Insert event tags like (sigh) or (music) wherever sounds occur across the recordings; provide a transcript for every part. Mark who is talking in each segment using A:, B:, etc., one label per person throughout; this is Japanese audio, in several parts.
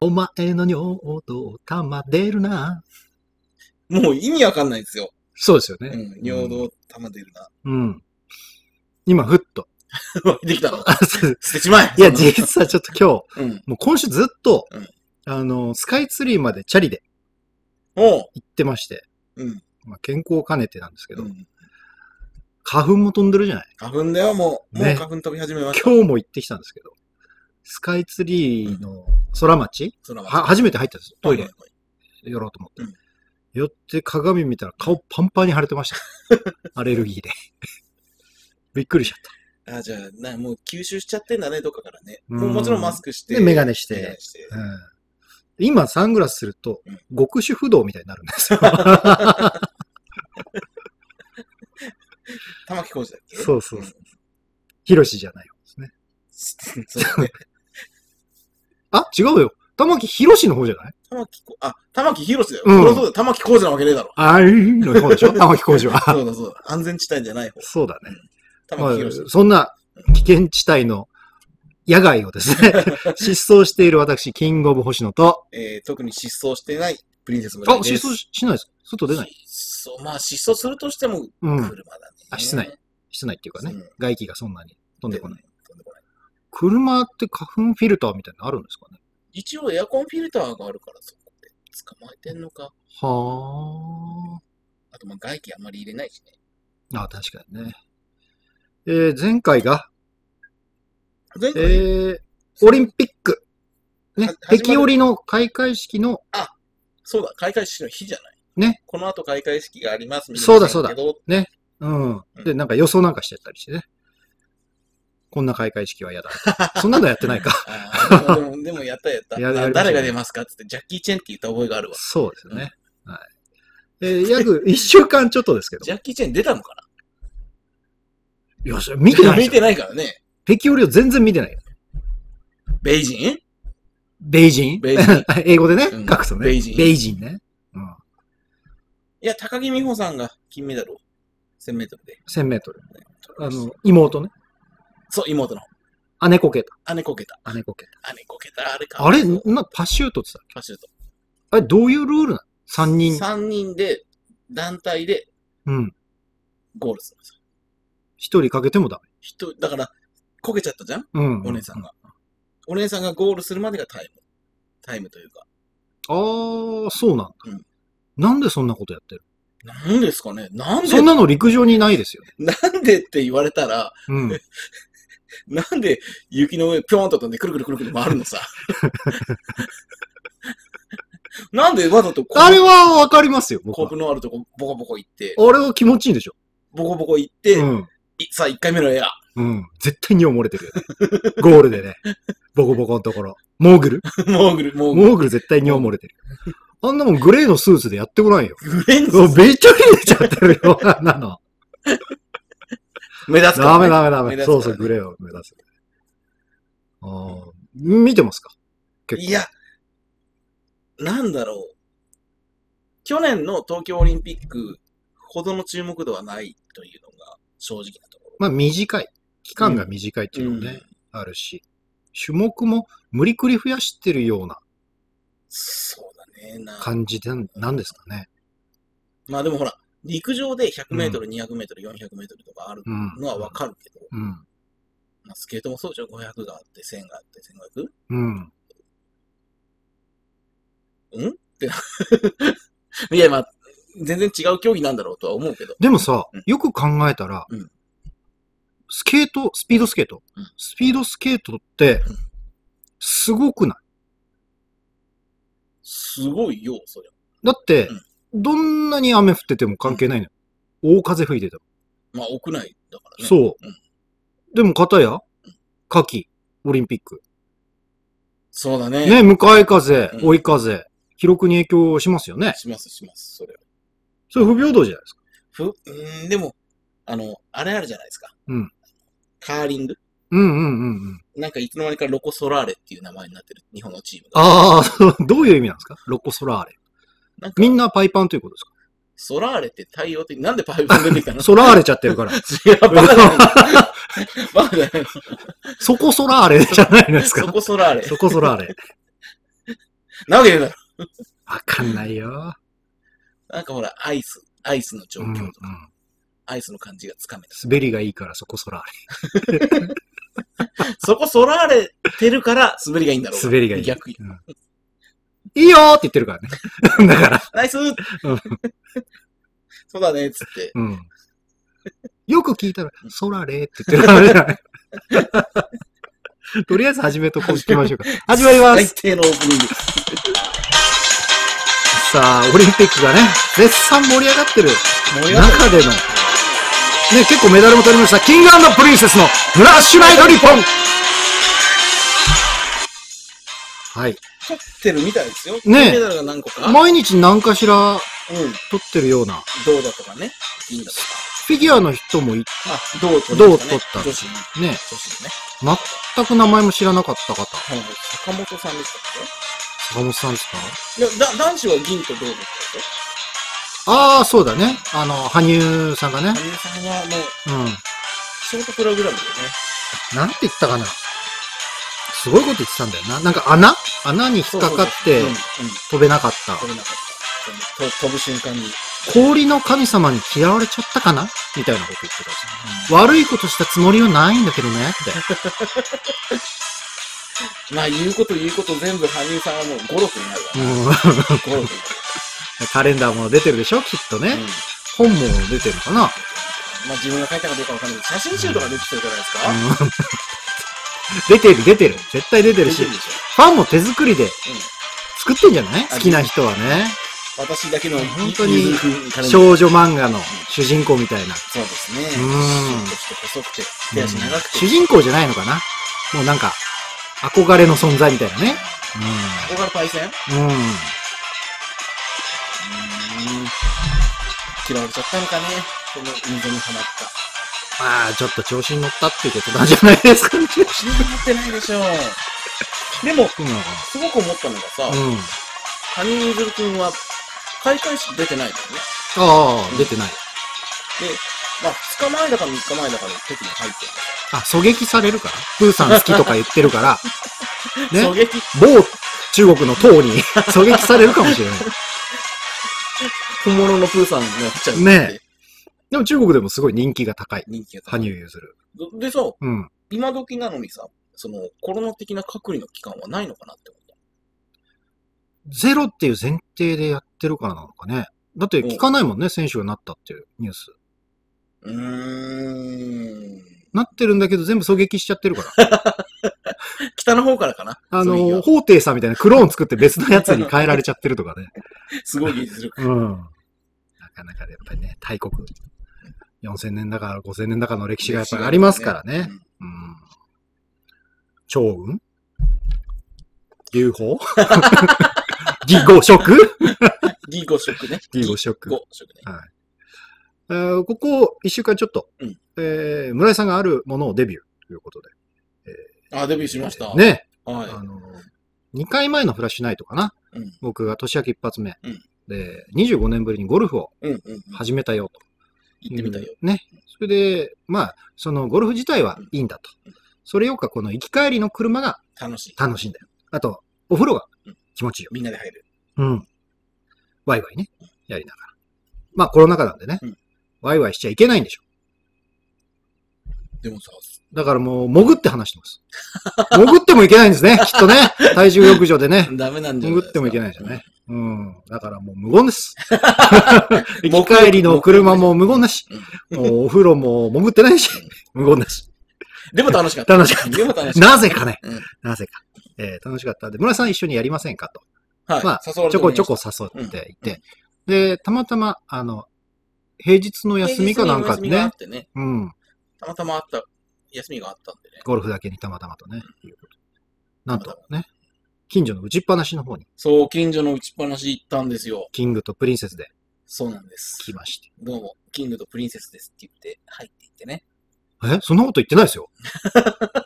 A: お前の尿道、玉出るな。
B: もう意味わかんないですよ。
A: そうですよ
B: う
A: ね。
B: ん。尿道、玉出るな。 (laughs)
A: うん。今、ふっと。 (laughs)
B: 湧いてきたの。
A: あそう
B: 捨てちまえ
A: いや、実はちょっと今
B: うん。
A: 日、もう今週ずっと、
B: うん
A: あの、スカイツリーまでチャリで
B: おう。
A: 行ってまして、
B: うん。
A: まあ、健康を兼ねてなんですけど、
B: うん
A: 花粉も飛んでるじゃない
B: 花粉だよ、もう。もう
A: ね
B: 花粉飛び始めました。
A: 今日も行ってきたんですけど、スカイツリーの空町、
B: その
A: は初めて入ったんですよ。トイレ
B: は
A: 寄ろうと思って。
B: うん
A: 寄って鏡見たら顔パンパンに腫れてま
B: (laughs)
A: した。アレルギーで。びっくりしちゃった。
B: いあ、じゃあ、な、もう吸収しちゃってんだね、どっかからね。
A: うん
B: もうもちろんマスクして。
A: でメガネして
B: メガネして。
A: うん今、サングラスすると
B: うん、
A: 極主不動みたいになるん (laughs) ですよ。
B: 玉木浩二だっけ
A: そうそうそ
B: ん
A: う。ヒロシじゃないようですね。
B: (laughs) そうだね。
A: あ、違うよ。玉木ヒロシの方じゃない
B: 玉木こ、あ、玉木宏だよ。
A: うん
B: そりゃそうだよ玉木浩二なわけねえだろ。
A: あーの方でしょ (laughs) 玉木浩二は。
B: そうだそうだ。安全地帯じゃない方。
A: そうだね。ま
B: 玉
A: あ
B: 木宏、。
A: そんな危険地帯の野外をです (laughs) ね、失踪している私、キングオブ星野と、
B: えー特に失踪してないプリンセス村
A: あ、
B: 井です
A: 失踪ししないですか外出ない
B: 失踪まあ失踪するとしても
A: うん
B: 車だね。
A: あ室内してないっていうかね、
B: うん
A: 外気がそんなに飛んでこない。
B: 飛んでこない。
A: 車って花粉フィルターみたいなのあるんですかね
B: 一応エアコンフィルターがあるからそこで捕まえてんのか。
A: は
B: あとまあ外気あんまり入れないしね。
A: あ。あ、確かにね。えー、前回が、
B: 前
A: え
B: 回
A: ー、オリンピック。ね
B: は、始まる
A: 北京オリの開会式の、
B: そうだ、開会式の日じゃない。
A: ね。
B: この後開会式がありますみたいな。
A: そうだそうだ
B: けど
A: うん。
B: うん
A: で、なんか予想なんかしてたりしてね。こんな開会式は嫌 (laughs) だ。そんなのやってないか。
B: あーでも、でもやったやった。
A: ややりました
B: あ
A: ね
B: 誰が出ますかってって、ジャッキー・チェンって言った覚えがあるわ。
A: そうですよね。はい。えー、約1週間ちょっとですけど
B: ジ。ャッキー・チェン出たのかない
A: や、それ見て (laughs) ないで
B: 見
A: すよ。
B: てないからね。
A: 北京オリを全然見てないよ。
B: ベイジン
A: ベイジン
B: ベイジン。
A: 英語でね、
B: うん
A: 書くとね。
B: ベイジン
A: ね。うん。
B: いや、高木美帆さんが金メダルを1000メートルで。
A: 1000メートル。あの、妹ね。
B: そう、妹の。
A: 姉こけ
B: 姉こけた。
A: た。姉こけた。
B: 姉こけた。あれか。
A: あれな、パシュートって言って
B: パシュート。
A: た。あれ、どういうルールなの ?3 人。
B: 3人で、団体で
A: うん。
B: ゴールするんですよ。
A: 一人かけてもダ
B: 人、だから、こけちゃったじゃん
A: メ。うん。
B: お姉さんが。お姉さんがゴールするまでがタイム。タイムというか。
A: あー、そうなんだ。
B: うん
A: なんでそんなことやってる
B: なんですかねなんで
A: そんなの陸上にないですよね。
B: なんでって言われたら、
A: うん。
B: なんで雪の上ぴょんと飛んでくるくるくるくる回るのさ。なんでわざとこう
A: あれはわかりますよ、僕
B: コー
A: は
B: プ。のあるとこボコボコ行って、
A: あれは気持ちいいんでしょ。
B: ボコボコ行って、
A: うん。
B: いさあ1回目のエア。
A: うん。絶対尿漏れてるよね。 (laughs) ゴールでね。ボコボコのところ。モーグル
B: モーグル、モーグ
A: モーグル絶対尿漏れてる。あんなもんグレーのスーツでやってこないよ。
B: ル。グレンズ
A: そう、べちょり出ちゃってるよ、 (laughs) あんなの。
B: 目立つ
A: ダ
B: から、
A: メ
B: ね。
A: ダメダ
B: 目
A: メ。
B: 立つから
A: そうそ
B: ね
A: う、グレーを目指す。あー見てますか結構
B: いや、なんだろう。去年の東京オリンピックほどの注目度はないというのが正直なところ。
A: まあ短い。期間が短いっていうのもね、あるし、種目も無理くり増やしてるような
B: そうだね。な
A: 感じで、なんですかね。
B: まあでもほら、陸上で100メートル、200メートル、400メートルとかある
A: うん。
B: のはわかるけど、
A: うん。
B: まあ、スケートもそうじゃん。500があって、1000があって、1500?
A: うん。
B: うんって。いや、まあ、全然違う競技なんだろうとは思うけど。
A: でもさ
B: うん、
A: よく考えたら、
B: うん
A: スケート、スピードスケート、
B: うん
A: スピードスケートって
B: うん、
A: すごくない
B: すごいよ、それ。
A: だって、どんなに雨降ってても関係ないのよ。大風吹いてても。
B: まあ、屋内だからね。う。
A: そう
B: うん。
A: でも、片や、夏季、オリンピック。
B: そうだね。
A: ね、向かい風
B: う、ん
A: 追い風、記録に影響しますよね。
B: します、します、それは。
A: それ不平等じゃないですか。
B: ふ、うーん、でも、あの、あれあるじゃないですか。
A: うん
B: カーリング
A: うんうんうんうん。
B: なんかいつの間にかロコ・ソラーレっていう名前になってる日本のチームが。
A: ああ、 (laughs) どういう意味なんですかロコ・ソラーレ。
B: なんか
A: みんなパイパンということですか
B: ソラーレって太陽的、なんでパイプが出てきたの
A: ソ
B: (laughs)
A: ラーレちゃってる (laughs) から。
B: いや、バカだよ。バカだよ。
A: (laughs) そこソラーレじゃないです
B: そ
A: か。
B: こソラーレ。
A: そこソラーレ。
B: なわけねえだろ。
A: わかんないよ。
B: なんかほら、アイス、アイスの状
A: うんう
B: 況
A: ん
B: とか、アイスの感じがつかめた。
A: 滑りがいいからそこそらあれ。
B: そこそられてるから滑りがいいんだろう。
A: 滑りがいい。
B: 逆に。
A: うんいいよーって言ってるからね。 (laughs) だから。
B: ナイス
A: うん
B: そうだね、つって。
A: うん。 (laughs) よく聞いたら、そられーって言ってるからねだ (laughs) から。とりあえず始めとこう聞きましょうか。始まります。
B: 最低のオープニング。
A: さあ、オリンピックがね、絶賛盛り上がってる
B: 盛り上がった
A: 中での、ね、結構メダルも取りました、キングプリンセスのフラッシュライト日本はい。
B: 取ってるみたいですよ。
A: ねえ
B: 金メダルが何個か。
A: 毎日何かしら
B: うん。
A: 取ってるような、
B: 銅だとかね。銀だとか。
A: フィギュアの人もい
B: まあ、銅と
A: 銅を取った
B: 女子に。
A: ね、
B: 女子にね。
A: 全く名前も知らなかった方、
B: はい。坂本さんでしたっ
A: 坂本さんですか
B: けいや、だ、男子は銀と銅だったでしょ
A: ああ、そうだね。あの、羽生さんがね。
B: 羽生さんはもう、
A: うん。
B: ショートプログラムでね。
A: なんて言ったかな。すごいこと言ってたんだよな。なんか穴穴に引っかかって
B: そうそう
A: 飛べなかった。
B: そううん、うん。取れなかった。でもと飛ぶ瞬間に。
A: 氷の神様に嫌われちゃったかなみたいなこと言ってたんですよ悪いことしたつもりはないんだけどねって。
B: まあ、言うこと言うこと全部羽生さんはもうゴロクになるわ。
A: うん
B: ゴロクに
A: (laughs) カレンダーも出てるでしょきっとね
B: なる。。うん
A: 本も出てるのかな
B: まあ、自分が書いたかどうかわかんないけど、写真集とか出てるじゃないです
A: う
B: か。
A: ん出てる、出てる。絶対出てるし
B: 出て。でしょ。
A: ファンも手作りで作ってんじゃない
B: あ
A: 好きな人はね。
B: 私だけの
A: 本当に
B: ゆず風カレンダー
A: 少女漫画の主人公みたいな。
B: そうですね。
A: うん
B: シュッとして細くて、手足長くて。
A: 主人公じゃないのかなもうなんか、憧れの存在みたいなね。
B: ここがパイセン
A: うん。うん。
B: 嫌われちゃったのかね。この溝にはまった。
A: まあ、ちょっと調子に乗ったっていうことなんじゃないですかね。
B: 死にはまってないでしょう。でも、
A: そうなのか
B: すごく思ったのがさ、
A: なうん。
B: 羽生結弦君は、開会式出てないんだよね。
A: ああ、出てない。
B: で、まあ、2日前だか3日前だかでテクに入ってる
A: あ、狙撃されるからプーさん好きとか言ってる (laughs) から、
B: 狙
A: ね、
B: 撃、
A: 某中国の党に (laughs) 狙撃されるかもしれない。
B: 本物のプーさんになっちゃうって
A: ねでも中国でもすごい人気が高い。
B: 人気が高い
A: 羽生結弦。
B: でさ、
A: うん。
B: 今時なのにさ、そのコロナ的な隔離の期間はないのかなって思った。
A: ゼロっていう前提でやってるからなのかね。だって聞かないもんね、選手がなったっていうニュース。
B: うーん。
A: なってるんだけど全部狙撃しちゃって
B: (laughs)
A: るから。
B: 北の方からかな
A: あ
B: そうい
A: の、
B: う
A: 法廷さんみたいなクローン作って別のやつに変えられちゃってるとか
B: (laughs)
A: ね。
B: すごい技術力。
A: うん。なかなかやっぱりね、大国。4000年だから5000年だからの歴史がやっぱりありますからね。
B: うん。
A: うん。長雲流
B: (laughs)
A: 法義語色
B: ギゴ色ね。
A: 義語色。
B: ゴ色ね。
A: えーここ一週間ちょっと、
B: うん
A: えー村井さんがあるものをデビューということで。
B: あ、デビューしました。。
A: ね、
B: はい。
A: あの、2回前のフラッシュナイトかな。
B: うん。
A: 僕が年明け一発目。
B: うん
A: で、25年ぶりにゴルフを
B: うんうんうん。
A: 始めたよと。
B: 行ってみたよ。
A: ね。それで、まあ、そのゴルフ自体はいいんだと。それよりか、この行き帰りの車が
B: 楽しい。
A: 楽しいんだよ。あと、お風呂が気持ちいいよ。
B: みんなで入る。
A: うん。ワイワイね。やりながら。まあ、コロナ禍なんでね
B: うん。
A: ワイワイしちゃいけないんでしょ。
B: でもさ、
A: だからもう、潜って話してます。潜ってもいけないんですね。きっ
B: (laughs)
A: とね。体重浴場でね。
B: ダメなんじゃな
A: 潜
B: いですか
A: ってもいけないじゃんね。。うん。だからもう無言です。
B: うん
A: 行き帰りの車も無言だし、
B: うん
A: もうお風呂も潜ってないし、無言だし。
B: でも楽しかった。
A: 楽しかっ。
B: でも楽しかった
A: なぜかね
B: うん。
A: なぜか。えー楽しかったんで、村さん一緒にやりませんかと。
B: はい。
A: まあ
B: 誘われ
A: ち
B: て
A: ょ
B: も
A: こ
B: いい
A: ちょこ誘っていて。で、たまたま、あの、平日の休みかなんか
B: 平日にお休みがあ
A: ね
B: っ。てね。
A: うん。
B: たまたまあった、休みがあったんでね。
A: ゴルフだけにたまたまとね。いうことなんとね、近所の打ちっぱなしの方に、
B: そう、近所の打ちっぱなし行ったんですよ。
A: キングとプリンセスで
B: そうなんです。
A: 来まして。
B: どうも、キングとプリンセスですって言って入っていってね。
A: えそんなこと言ってないですよ。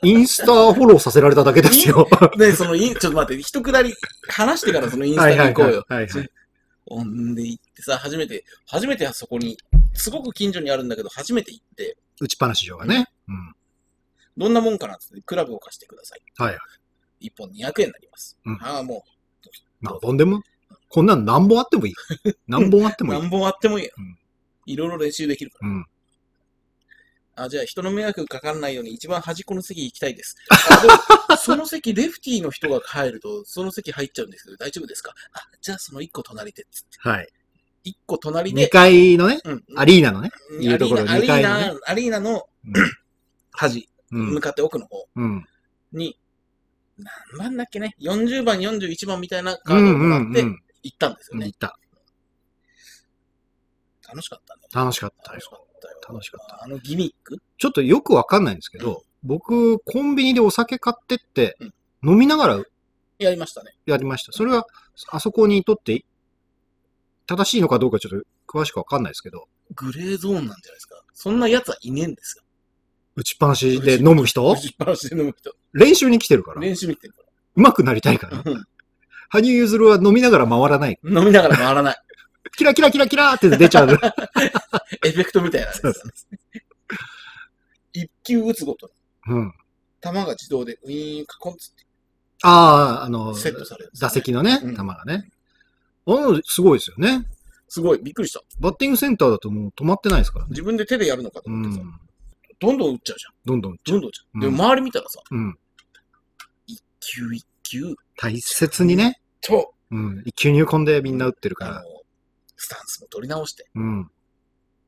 A: インスタフォローさせられただけですよ。
B: で、そのイン、ちょっと待って、一くだり話してからそのインスタに行こうよ。
A: (laughs) はいはいはいはいはい
B: ほんで行ってさ、初めて、初めてそこに、すごく近所にあるんだけど、初めて行って、
A: 打ちっぱなし場がね。うん。
B: どんなもんかなっつって、クラブを貸してください。
A: はい。
B: 1本200円になります。
A: うん
B: ああ、もう、
A: 何本でもこんなん何本あっても
B: (laughs)
A: いい。何本あってもいい
B: 何。本あってもいいよ
A: うん。
B: いろいろ練習できるか
A: うん。
B: ら。あ、じゃあ人の迷惑かかんないように一番端っこの席行きた
A: (laughs)
B: いです。あでもその席、レフティーの人が入ると、その席入っちゃうんですけど、大丈夫ですかあ、じゃあその一個隣でっつって。
A: はい。
B: 一個隣
A: 2
B: で、
A: 階のね、
B: うん
A: アリーナのね。
B: うん
A: いうところ
B: アリー
A: 二階
B: ナ、
A: の
B: アリ
A: ね
B: ーナ、アリーナの (clears throat) 端、
A: うん。う
B: 向
A: ん
B: かって奥の方
A: うん。
B: に、何番だっけね、40番、41番みたいなカ
A: う
B: ードを
A: ん。
B: も
A: う
B: ら
A: ん。
B: っ
A: う
B: て
A: ん。
B: 行ったんですよね。
A: 行った。
B: 楽しかったね。
A: 楽しかった
B: 楽しか
A: よ。
B: ったよ。
A: 楽しかった
B: あのギミック
A: ちょっとよくわかんないんですけど、僕、コンビニでお酒買ってって、飲みながら
B: やりましたね。
A: やりました。それは、あそこにとって、正しいのかどうかちょっと詳しくわかんないですけど、
B: グレーゾーンなんじゃないですか。そんな奴はいねえんですよ。
A: 打ちっぱなしで飲む人
B: 打ちっぱなしで飲む人。
A: 練習に来てるから。
B: 練習見てるか
A: 上手くなりたいから
B: ら。。うん
A: 羽生結弦は飲みながら回らない。
B: 飲みながら回らない。
A: キラキラキラキラって出ちゃ (laughs) う。
B: エフェクトみたいなやつだね。一球打つごとに、
A: うん。
B: 球が自動でウィーンカコンつって
A: ああ、あの、
B: セットされるんですよ
A: 打
B: ね。
A: 席のね、
B: うん
A: 球がね。あの、すごいですよね。
B: すごい、びっくりした。
A: バッティングセンターだともう止まってないですからね。
B: 自分で手でやるのかと
A: う
B: 思ってさ、
A: ん。
B: どんどん打っちゃうじゃん。
A: どんどん。
B: どんどん打っちゃう。で
A: うん
B: も周り見たらさ、
A: うん。
B: 一球一球、
A: 大切にね。
B: と、
A: うん。一球入魂でみんな打ってるか
B: あの
A: ら。、
B: スタンスも取り直して、
A: うん。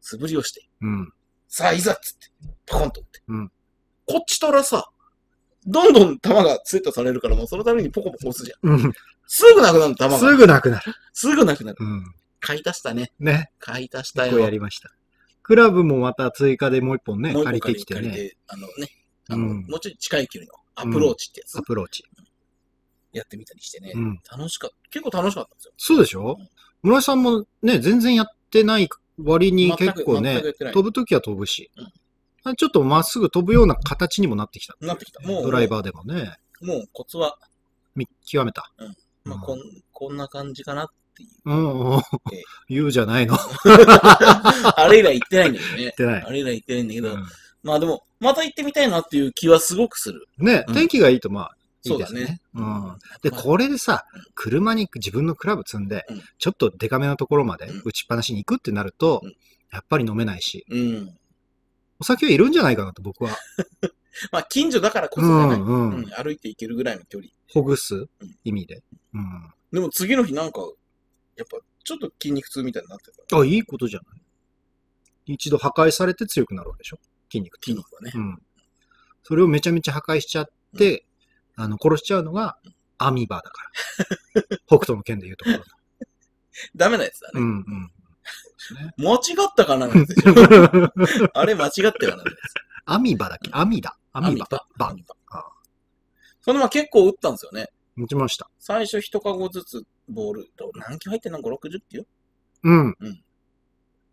B: 素振りをして、
A: うん。
B: さあ、いざっつって、パコンと打って。
A: うん
B: こっちとらさ、どんどん球がセットされるから、もうそのためにポコポコ押すじゃん。
A: うん。
B: すぐなくなる、球が。
A: (laughs) すぐなくなる。
B: すぐなくなる。
A: うん。
B: 買い足したね。
A: ね。
B: 買い足した
A: こう
B: よ。
A: やりました。クラブもまた追加でもう一本ね、
B: もう一個
A: 借りて
B: 借り
A: きて
B: て借り
A: ね、
B: て、あのね、あの、
A: うん
B: もうちょい近い距離のアプローチってやつ、
A: アプローチ。
B: やってみたりしてね、
A: うん。
B: 楽しかった。結構楽しかったんですよ。
A: そうでしょ村井さんもね、全然やってない割に
B: 全く
A: 結構
B: 全
A: ね
B: くやってな、い
A: 飛ぶときは飛ぶし
B: うん、
A: あちょっとまっすぐ飛ぶような形にもなってきた。
B: なってきた。もう、
A: ドライバーでもね、
B: もうコツは、
A: 見極めた。
B: まあ
A: うん
B: こん、 (laughs) こんな感じかな。
A: うん、うん
B: ええ
A: 言うじゃない
B: (laughs)
A: の。言っ
B: あれ以来行ってないんだよね。
A: てない
B: あ。れ以来行ってないんだけど、
A: うん
B: まあでも、また行ってみたいなっていう気はすごくする。
A: ね
B: う、ん
A: 天気がいいとまあ、いい
B: そ
A: うで
B: だ
A: す
B: ね
A: ね。。うん。で、
B: まあ
A: これでさ
B: うん、
A: 車に自分のクラブ積んで
B: うん、
A: ちょっとデカめのところまで
B: うん
A: 打ちっぱなしに行くってなると
B: うん、
A: やっぱり飲めないし、
B: うん。
A: お酒はいるんじゃないかなと僕は。
B: まあ、近所だからこ
A: う
B: そじゃない、
A: ん
B: うん
A: うん。
B: 歩いていけるぐらいの距離。
A: ほぐす意味で。うん。
B: でも次の日なんか、やっぱちょっと筋肉痛みたいになってた。
A: あ、いいことじゃない。一度破壊されて強くなるわけでしょ筋肉ってい
B: 筋
A: うのは。
B: 肉はね。
A: うん。それをめちゃめちゃ破壊しちゃって、あの、殺しちゃうのがアミバだ (laughs) から。北斗の剣で言うところの。
B: ダメなやつだ
A: う
B: ね。
A: んうん。
B: 間違ったかななんですよ
A: (laughs)
B: あれ間違ってはなんです。
A: アミバだっけアミダ。アミバ。
B: ア
A: バ。
B: ミバ
A: ああ。
B: そのまま結構打ったんですよね。
A: 持ちました。
B: 最初一カゴずつボールと、何球入ってんの ?5、60球
A: うん。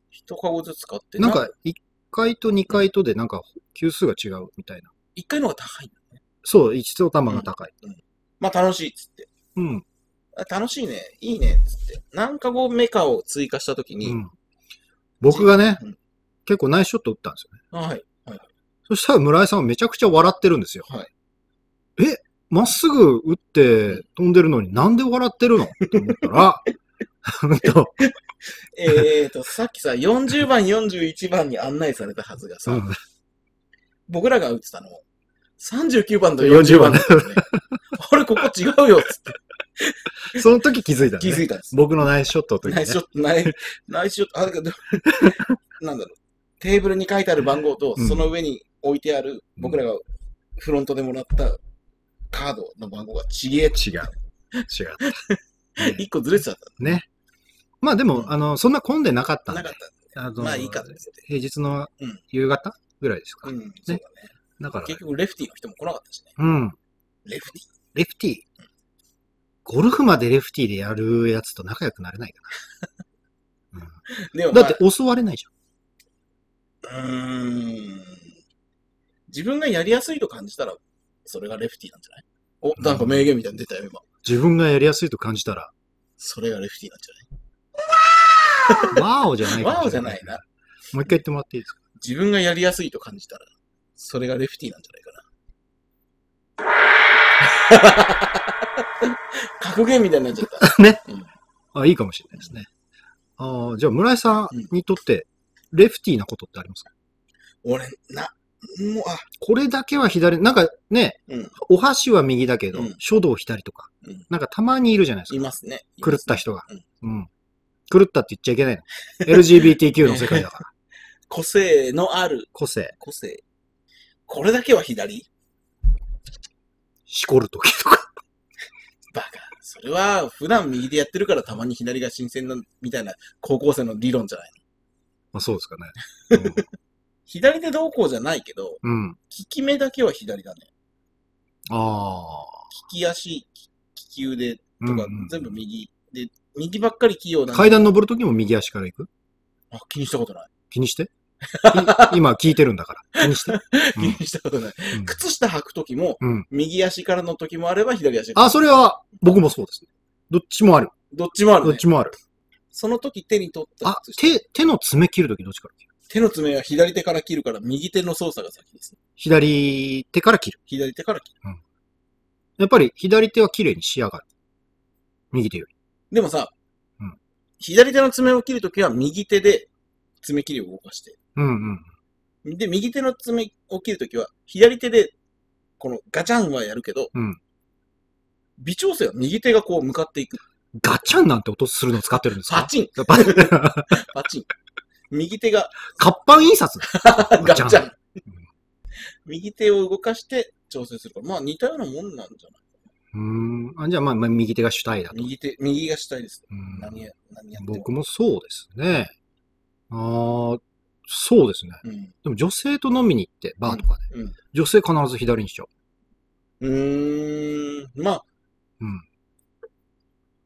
B: 一カゴずつ買って、
A: なんか、1回と2回とでなんか、球数が違うみたいな。
B: 一回の方が高い。
A: そう、一度球が高い。
B: まあ楽しいっつって。
A: うん。
B: あ楽しいね。いいね。っつって。何カゴメカを追加したとき
A: う
B: に、
A: ん。僕がね
B: うん、
A: 結構ナイスショット打ったんですよね。
B: はい。
A: そしたら村井さんはめちゃくちゃ笑ってるんですよ。
B: はい
A: え、まっすぐ打って飛んでるのになんで笑ってるのと思ったら、うんと
B: えーと、 (laughs) さっきさ、40番、41番に案内されたはずがさ、
A: うん
B: 僕らが打ってたの、39番と40番だったよね。 (laughs) あれ、ここ違う
A: (laughs)
B: よっつって
A: その時気づいたん
B: 気
A: で、
B: づ
A: ね。
B: いたんです。
A: 僕のナイスショットの時、ね。
B: ナイスショット、ナイナイスショット、あ、だけど、 (laughs) なんだろう、テーブルに書いてある番号と、
A: うん
B: その上に置いてある、僕らがフロントでもらったカードの番号がちげえ
A: 違う。違った。ね
B: 一個ずれてたんだ
A: ね。まあでも、
B: うん
A: あの、そんな混んでなかったん
B: な
A: で。
B: かっ
A: あ
B: た。
A: の
B: まあいいかっつって。
A: 平日の
B: うん
A: 夕方ぐらいですか。
B: うん、そうだね。
A: だから、
B: 結局、レフティの人も来なかったしね。
A: うん。
B: レフティ
A: レフティー。ゴルフまでレフティーでやるやつと仲良くなれないかな。
B: (laughs) で
A: う
B: も、
A: ん
B: まあ
A: だって襲われないじ
B: うーん自分がやりやすいと感じたら、それがレフティなんじゃないお、なんか名言みたいに出たよ、今。
A: ゃん。自分がやりやすいと感じたら、
B: それがレフティなんじ
A: ワーオじゃないかも
B: ゃないワオ
A: し
B: じ
A: れ
B: ゃないな。。
A: もう一回言ってもらっていいですか
B: 自分がやりやすいと感じたら、それ (laughs) がレフティなんじゃないかな。格言みたいになっちゃった。
A: あ、いいかもしれないですね。ああ、じゃあ村井さんにとって、レフティーなことってありますか
B: 俺、な、もう、あ、
A: これだけは左、なんかね、
B: うん
A: お箸は右だけど、
B: うん
A: 書道左とか、
B: うん
A: なんかたまにいるじゃないです
B: い
A: か。
B: ますね。
A: 狂った人が
B: いますね。
A: うん。狂ったって言っちゃいけないの。LGBTQ の世界だから。 (laughs)
B: うん個性のある、
A: 個性、
B: 個性。これだけは左
A: しこるときとか。 (laughs)
B: バカ。それは、普段右でやってるからたまに左が新鮮な、みたいな高校生の理論じゃない。
A: まあそうですかね。
B: 左でどうこうじゃないけど、
A: うん。うん、
B: 利き目だけは左だね。
A: ああ。
B: 利き足、利き腕と
A: うん
B: か
A: うん、
B: 全部右。で、右ばっかり器用なんで
A: 階段登るときも右足から行く
B: あ、気にしたことない。
A: 気に
B: (laughs)
A: してい今聞いてるんだから。気にして。
B: 気にしたことない。
A: うん
B: 靴下履くときも、
A: うんうん。
B: 右足からの時もあれば左足から。
A: あ、それは僕もそうです。どっちもある。
B: どっちもある、ね。
A: どっちもある。
B: その時手に取った
A: あ
B: 靴、下。
A: 手、手の爪切るときどっちから切る
B: 手の爪は左手から切るから、右手の操作が先です、ね。
A: 左手から切る。
B: 左手から切る。
A: やっぱり左手は綺麗に仕上がる。右手より。
B: でもさ、
A: うん
B: 左手の爪を切るときは右手で爪切りを動かして。
A: うんうん。
B: で、右手の爪を切るときは、左手で、このガチャンはやるけど、
A: うん
B: 微調整は右手がこう向かっていく。
A: ガチャンなんて音するの使ってるんです
B: パ
A: か
B: チン (laughs)
A: パチン
B: パチン。右手が
A: 活版印刷。
B: (laughs) ガチ
A: (laughs) ガチ
B: ャ
A: ャ
B: ン
A: ン。
B: 右手を動かして調整するから。まあ似たようなもんなんじゃないう
A: ーん。あじゃあまあ、まあ、右手が主体だと。
B: 右手、右がしたいです。
A: うん
B: 何や、何やっても。
A: 僕もそうですね。ああ、そうですね。
B: うん。
A: でも女性と飲みに行って、バーとかで。
B: うん。
A: 女性必ず左にしちゃう。
B: うーん。まあ、
A: うん。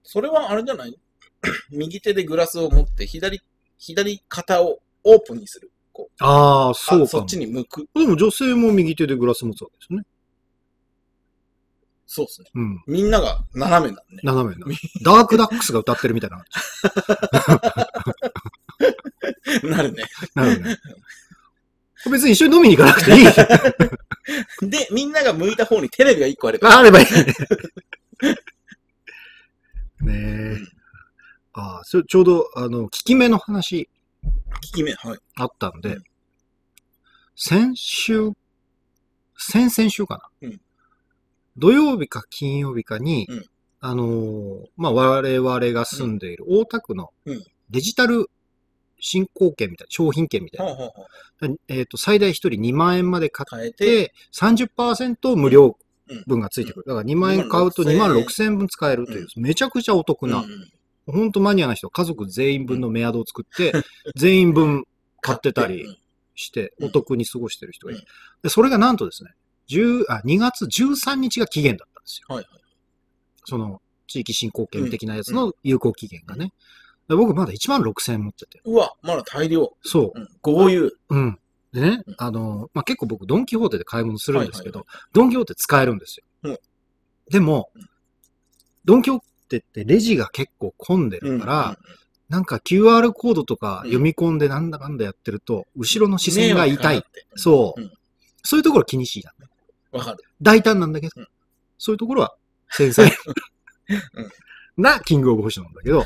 B: それはあれじゃない (coughs) 右手でグラスを持って、左、左肩をオープンにする。こう。
A: ああ、そう
B: あ
A: か。
B: そっちに向く。
A: でも女性も右手でグラス持つわけですね。
B: そうですね。 (laughs)
A: うん。
B: みんなが斜めなんで、ね。
A: 斜めになる。ダークダックスが歌ってるみたいな。
B: なるね。
A: なるね。別に一緒に飲みに行かなくていい。
B: (laughs) で、みんなが向いた方にテレビが一個あれば。
A: あれ
B: (laughs)
A: ばいいね。ねえ。ああ、それちょうど、あの、効き目の話
B: 効き目。はい。
A: あったんで、
B: うん
A: 先週、先々週かな。
B: うん
A: 土曜日か金曜日かに、
B: うん
A: あのーまあ、我々が住んでいる大田区の
B: うん
A: デジタル振興券みたいな、商品券みたい
B: は
A: な。
B: あ、はあは
A: えっ、と、最大1人2万円まで買
B: あ、変えて、
A: って、30%無料
B: うん
A: 分がついてくる。だから2万円買うと2万
B: 26,000
A: 6千円分使えるという、めちゃくちゃお得
B: うんう
A: な、
B: ん、
A: ほんとマニアな人、家族全員分のメアドを作って、全員分買ってたりして、
B: うん
A: お得に過ごしてる人がいる。
B: うん
A: でそれがなんとですね、10あ2月13日が期限だったんですよ。
B: はいはい。
A: その、地域振興券的なやつの有効期限がね。で僕まだ1万6千円持ってて。
B: うわ、まだ大量。
A: そう。
B: うん、豪遊。
A: うん。でね
B: うん、
A: あの、まあ、結構僕、ドン・キホーテで買い物するんですけど、
B: は
A: ドン・キホーテ使えるんですよ。
B: うん
A: でも
B: うん、
A: ドン・キホーテってレジが結構混んでるから、なんか QR コードとか読み込んでなんだかんだやってると、後ろの視線が痛い。
B: う
A: そう。
B: ん
A: そういうところ気にしいな。
B: ん。わかる。
A: 大胆なんだけど、
B: うん
A: そういうところは繊細。 (laughs) な、キングオブ星なんだけど、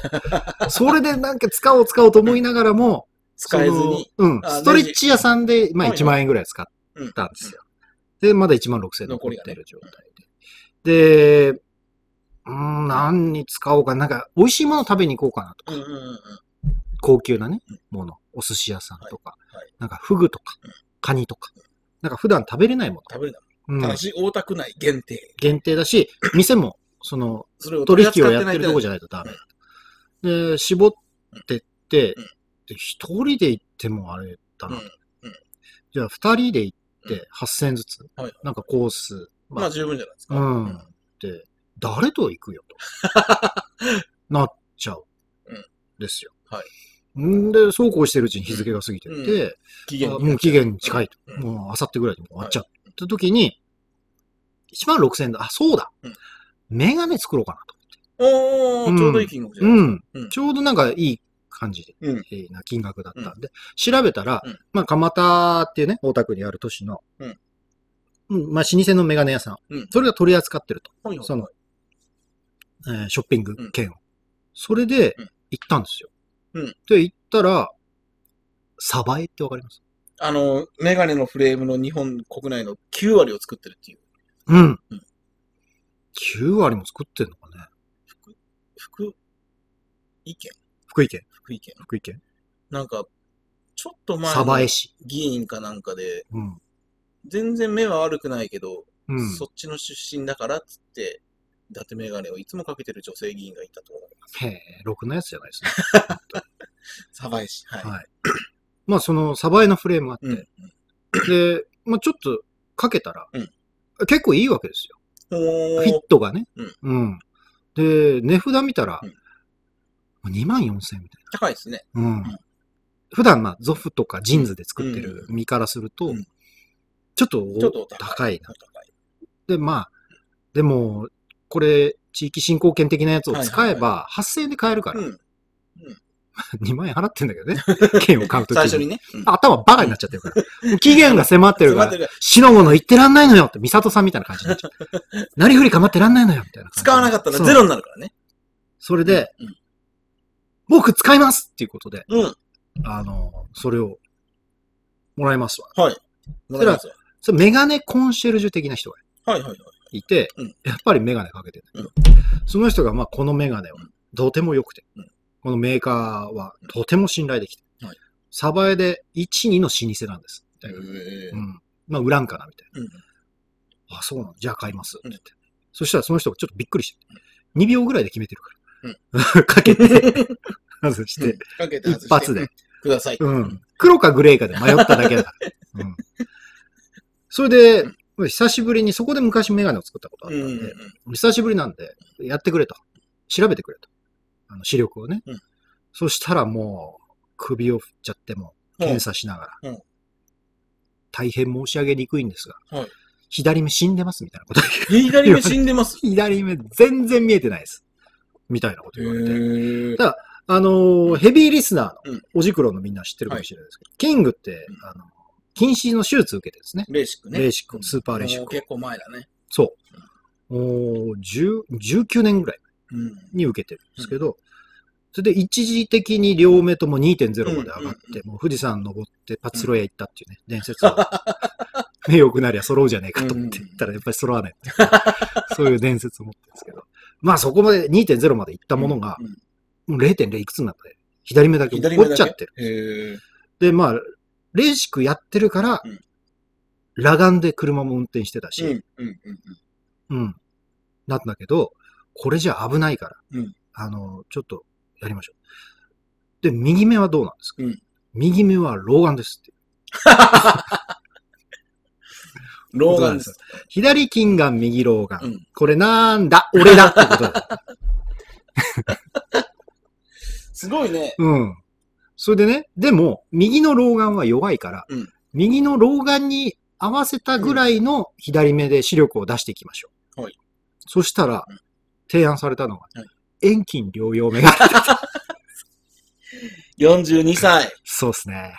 A: それでなんか使おう使おうと思いながらも、
B: 使えずに。
A: その。うん。
B: あ
A: ストレッチ屋さんで、まあ
B: はいはい
A: 1万円ぐらい使ったんですよ。で、まだ1万6000円残
B: 残り
A: っ
B: がね
A: てる状態で。で、うーん、何に使おうかな。なんか、美味しいもの食べに行こうかなと。
B: うんうんうんうん。
A: 高級なね
B: うん、
A: もの。お寿司屋さんとか
B: はいはい、
A: なんか、フグとか
B: うん、
A: カニとか。なんか、普段食べれないも
B: 食べれない。
A: の。
B: た
A: うん
B: だ。し、大田区内限定。
A: 限定だし、店も、その、
B: それを
A: 取引をやってるとこ
B: じ
A: じゃないとダメ。で、絞ってって、
B: うん
A: で、一人で行ってもあれだなと。
B: うんうん
A: じゃあ、二人で行っ
B: うん
A: て8000ずつ、
B: はいはい
A: なんかコース
B: まあ十分じゃないですか。
A: うんで、誰と行くよと、
B: (laughs)
A: なっちゃう
B: うん。
A: ですよ。
B: はい
A: んで、そうこうしてるうちに日付が過ぎてって、
B: 期限
A: あもう期限に近いと。
B: うん
A: もう明後日ぐらいでもう終わっちゃう。って時に、1万6000円だ。あ、そうだ。
B: うん
A: メガネ作ろうかなと。
B: お
A: う
B: ー、
A: ん
B: ちょうどいい金額じゃ
A: う
B: ないですか。
A: ん
B: うん。
A: ちょうどなんかいい感じで、
B: うん
A: えーな金額だったんで、調べたら、
B: うん
A: まあ、蒲田っていうね、大田区にある都市の、
B: うん
A: うんまあ、老舗のメガネ屋さん、
B: うん
A: それが取り扱ってると。
B: はいはい
A: その、えーショッピング券を。それで
B: うん
A: 行ったんですよ。
B: うん
A: で、行ったら、サバエってわかります
B: あの、メガネのフレームの日本国内の9割を作ってるっていう。
A: うん
B: うん。
A: 9割も作ってんのかね
B: 福井県
A: 福井県。
B: 福井県
A: 福井県。
B: なんか、ちょっと前
A: サバエ
B: の
A: 市。
B: 議員かなんかで、
A: うん。
B: 全然目は悪くないけど、
A: うん。
B: そっちの出身だからっつって、伊達メガネをいつもかけてる女性議員がいたと思う。
A: へえ、ろくなやつじゃないですね。
B: サバエ市。はい。
A: はい。まあ、その、サバエのフレームがあ
B: うん。う
A: っ
B: ん
A: て、で、まあ、ちょっとかけたら
B: うん、
A: 結構いいわけですよ。
B: ほ
A: フィッ
B: ー。
A: トがね。
B: うん
A: うん。で、値札見たら
B: うん、
A: 2万4千円みたい
B: 高いですね。
A: な。うん
B: ん。
A: 普段、まあ、ゾフとかジーンズで作ってる身からすると
B: うん、
A: ちょっと
B: ちょっと
A: お
B: お
A: 高いな。
B: 高い。
A: で、まあ、でも、これ、地域振興券的なやつを使え
B: は
A: ば、8000円で買えるから
B: う、ん。
A: 2万円払ってんだけどね。券を買うとき
B: 最初にね。うん
A: 頭バカになっちゃってるから。もう期限が迫ってるか
B: 迫って
A: ら
B: るから、
A: 死のもの言ってらんないのよって、美里さんみたいな感じになっちゃう。
B: (laughs)
A: なりふり構ってらんないのよみたいな感じ。
B: 使わなかったら
A: そう
B: ゼロになるからね。
A: それで、
B: うん
A: 僕使いますっていうことで、
B: うん。
A: あの、それを、もらいますわ。
B: はい。もらいますわ
A: それメガネコンシェルジュ的な人が
B: はいはいはい。
A: いて、
B: うん
A: やっぱりメガネかけてる、
B: うん
A: その人が、まあ、このメガネは
B: うん、
A: とても良くて、
B: うん
A: このメーカーは、とても信頼できて、
B: はい
A: サバエで1、2の老舗なんです。みたいな
B: へー
A: うん。まあ、売らんかな、みたいな。
B: うん。
A: あ、そうなのじゃあ買います。って
B: うん
A: 言って。そしたらその人がちょっとびっくりして。2秒ぐらいで決めてるから。 (laughs) かけて、外し
B: うん
A: て、
B: かけて外して
A: 一発で。。
B: ください。
A: うん。黒かグレーかで迷っただけだから。うん。それで、久しぶりに、そこで昔メガネを作ったことあ
B: う
A: っ
B: ん。
A: た
B: うんん
A: で、久しぶりなんで、やってくれと。調べてくれと。あの、視力をね。
B: うん
A: そしたらもう、首を振っちゃっても、
B: うん
A: 検査しながら、
B: うん
A: 大変申し上げにくいんですが、
B: はい
A: 左目死んでますみたいなこと
B: 左目死んでます。
A: 左目全然見えてないです。みたいなこと
B: へ
A: 言われて。
B: ー
A: だあのーヘビーリスナー
B: う
A: の
B: ん、
A: おじくろのみんな知ってるかもしれないですけど、キングって
B: うん、
A: あの、近視の手術受けてですね。
B: レーシックね。
A: レーシックをスーパーレーシックを
B: もう結構前だね。
A: そう。もう、10 19年ぐらい
B: うん。
A: に受けてるんですけど、それで一時的に両目とも2.0まで上がっ
B: うんうん
A: て、もう富士山登ってパチスロ屋行ったっていうね、伝説が。 (laughs) 目良くなりゃ揃うじゃねえかと思って言ったらやっぱり揃わないっていう。そういう伝説を持ってるんですけど。まあそこまで2.0まで行ったものが、
B: うんうん
A: もう0.0いくつになって、左目だけ落っこっちゃってる。
B: へー
A: で、まあ、レーシックやってるから、
B: うん
A: 裸眼で車も運転してた
B: うん
A: し、
B: うんうん
A: うん。なんだけど、これじゃ危ないから、
B: うん
A: あの、ちょっとやりましょう。で、右目はどうなんですか、
B: うん
A: 右目は老眼ですって。
B: うん。老眼です。
A: 左近眼、右老眼。
B: うん
A: これなんだ俺だってこと
B: (laughs)
A: だ。
B: すごいね。
A: うん。それでね、でも、右の老眼は弱いから、
B: うん
A: 右の老眼に合わせたぐらいの左目で視力を出していきましょう。
B: はい
A: そしたら
B: うん、
A: 提案されたのが、
B: はい
A: 遠近療養眼鏡。
B: 42歳。
A: そうですね。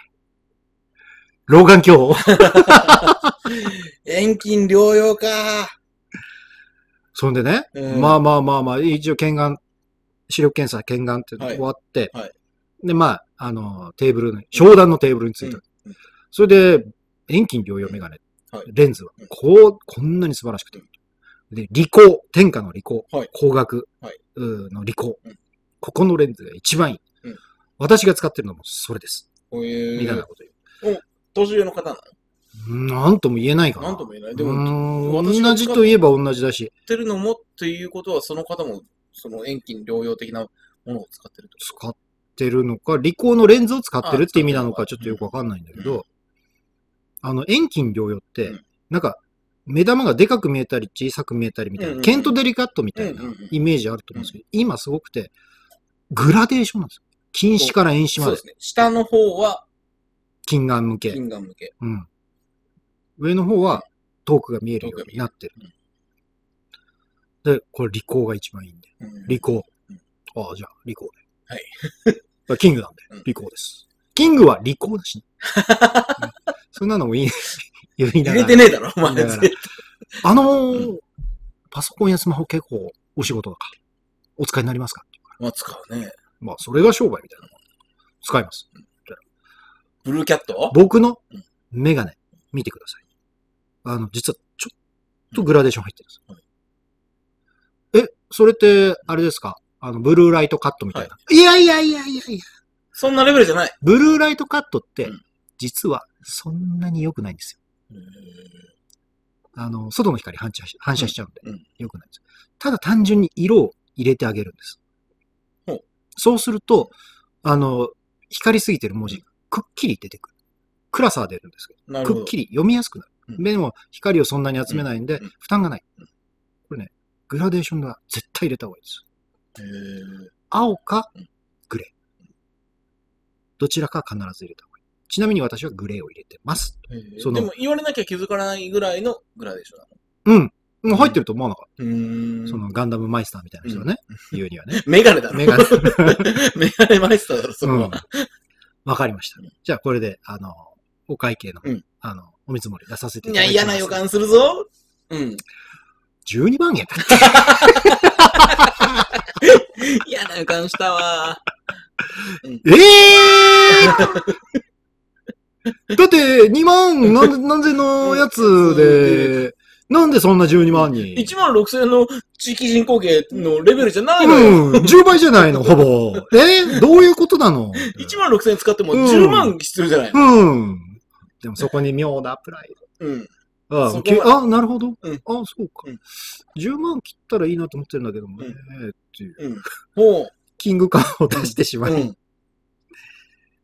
A: 老眼
B: (laughs)
A: 鏡
B: 遠近療養か。
A: そんでね、
B: うん
A: まあまあまあまあ、一応、検眼、視力検査、検眼って
B: はい
A: 終わって、
B: はい
A: で、まあ、あの、テーブルに、商談のテーブルについて、
B: うんうん
A: それで、遠近療養メガネ、
B: はい
A: レンズは
B: うん、
A: こう、こんなに素晴らしくて、で、理工、天下の理工、
B: はい
A: 工学、
B: はい
A: うんの理工、
B: うん
A: ここのレンズが一番いい。
B: うん
A: 私が使ってるのもそれです。
B: こう
A: み
B: い
A: たいな
B: う、
A: こと言う。
B: 年上の方な
A: なんとも言えないか
B: の
A: な。
B: なんとも言えない。でも、
A: う
B: 言っ
A: ーん
B: 私が
A: 同じといえば同じだし、
B: てるのもっていうことは、その方も、その遠近療養的なものを使ってると。
A: 使ってるのか、理工のレンズを使ってるって意味なの
B: あ
A: か、ち
B: 使
A: ょっ
B: っ
A: てと
B: る
A: よ
B: の
A: く
B: か
A: わかんないんだけ
B: うん
A: ど、あの、遠近療養っ
B: う
A: て
B: ん、
A: なんか、目玉がでかく見えたり小さく見えたりみたい
B: うんう
A: な、
B: ん
A: ケントデリカットみたいな
B: うんうんうん
A: イメージあると思うんですけど、今すごくて、グラデーションなんですよ。近視から遠視
B: そ
A: ま
B: うで、
A: です
B: ね。下の方は
A: 近眼向け。
B: 近眼向け。
A: うん。上の方は遠くが見えるようになってる。で、これ、理工が一番いいんで。
B: うん
A: リコ
B: う
A: ー。ああ、じゃあ、リコーで。
B: は
A: (laughs)
B: い
A: い。キングなんで
B: うん、
A: リコーです。キングはリコーだ
B: (laughs)
A: し、うんそんなのもいい。 (laughs) 言いなが
B: 入れ
A: ら
B: てねえだろ、お前。
A: 言いながら
B: 絶対
A: あのー
B: う
A: パソコンやスマホ結構お仕事だかお使いになりますかって言うから
B: まあ使うね。
A: まあ、それが商売みたいなもん。使います。
B: ブルーキャット
A: 僕のメガネ、見てください。あの、実はちょっとグラデーション入ってるんです。え、それって、あれですかあの、ブルーライトカットみたいな。い、やいやいやいやいや。
B: そんなレベルじゃない。
A: ブルーライトカットって、
B: うん
A: 実はそんなに良くないんですよ。
B: うん
A: あの、外の光反射し反射しちゃうんで、
B: うんうん
A: 良くないんです。ただ単純に色を入れてあげるんです
B: ほう。
A: そうすると、あの、光りすぎてる文字がくっきり出てくる。暗さは出るんですけど
B: なるほ
A: く
B: ど
A: っ。きり読みやすくなる。
B: うん
A: 目も光をそんなに集めないんで
B: うんうん、
A: 負担がない
B: うん。
A: これね、グラデーションが絶対入れた方がいいです。
B: へー
A: 青か
B: うん
A: グレー。どちらかは必ず入れた方がいい。ちなみに私はグレーを入れてます。
B: へー
A: その
B: でも言われなきゃ気づかないぐらいのグラデーションなの
A: うん。もう入ってると思わなかっ。
B: うー
A: た。
B: ん
A: そのガンダムマイスターみたいな人がね、言うにはね。
B: メガネだろ。
A: メガネ。
B: (laughs) メガネマイスターだろ、そこ
A: うん
B: は。
A: わかりました
B: うん。
A: じゃあこれで、あの、お会計の
B: うん、
A: あの、お見積もり出させてい
B: い
A: た
B: や、
A: だきます。
B: 嫌な予。感するぞ。うん。
A: 12万円だった。
B: 嫌な予感し
A: (laughs)
B: たわ。
A: (laughs) ええー、 (laughs) だって、2万何何千のやつで、なんでそんな12万に
B: 1万6000の地域人口径のレベルじゃないのよ。
A: うん、10倍じゃないの、ほぼ。えどういうことなの
B: 1万6000使っても
A: うん
B: 10万必要じゃないの。
A: うん。でもそこに妙なプライ
B: うん。
A: ド。あ
B: そこ
A: け
B: は
A: あ、なるほど。
B: うん
A: あ、そうか、
B: うん
A: 10万切ったらいいなと思ってるんだけどもね、っていう。
B: うん。ほう。
A: キング感を出してしまい、
B: うん。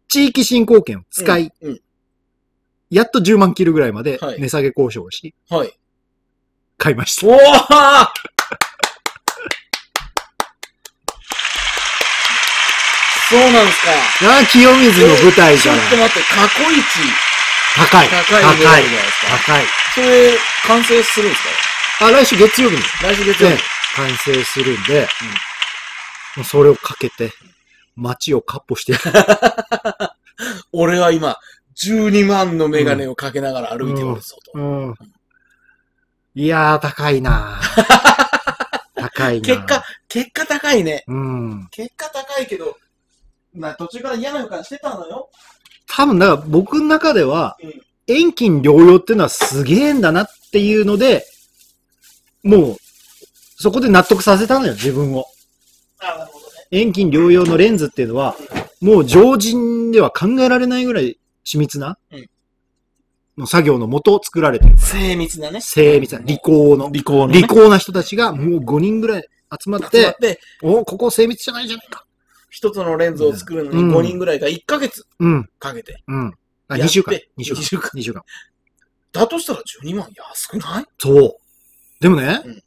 A: 地域振興券を使い、
B: うん。
A: やっと10万切るぐらいまで
B: はい
A: 値下げ交渉をし、
B: はい。
A: 買いました。
B: おーそうなんですか。
A: ああ、清水の舞台
B: ち
A: じ
B: ょ
A: ゃ
B: っ
A: ない。
B: と待って、過去一
A: 高い。
B: 高いレベルじゃ
A: 高
B: ない
A: い。高い。
B: ですか。それ、完成するんですか
A: あ、来週月曜日に
B: 来週月曜日
A: ね。、完成するんで、もうそれをかけて、街をカッポしてや
B: (laughs)
A: る、
B: 俺は今、12万のメガネをかけながら歩いておるぞと。
A: うん。いやー、高いな
B: (laughs)
A: ー高いなー
B: 結果、結果高いね。
A: うん。
B: 結果高いけど、まあ途中から嫌な予感してたのよ。
A: 多分、だから僕の中では
B: うん、
A: 遠近療養っていうのはすげえんだなっていうので、もう、そこで納得させたのよ、自分を。
B: あなるほどね。
A: 遠近療養のレンズっていうのは、もう常人では考えられないぐらい緻密な、
B: うん
A: の作業のもと作られてる。
B: 精密なね。
A: 精密な、理工の、
B: 利口
A: 理工な人たちがもう5人ぐらい集まっ
B: で、
A: て、おここ精密じゃないじゃないか。
B: 一つのレンズを作るのに
A: うん
B: 5人ぐらいが1ヶ月
A: うん、
B: かけて。
A: うん。あ、
B: や
A: 2
B: って
A: 週間。2週
B: 二
A: 間。
B: 週間。
A: 2週間。
B: だとしたら12万安くない
A: そう。でもね、
B: うん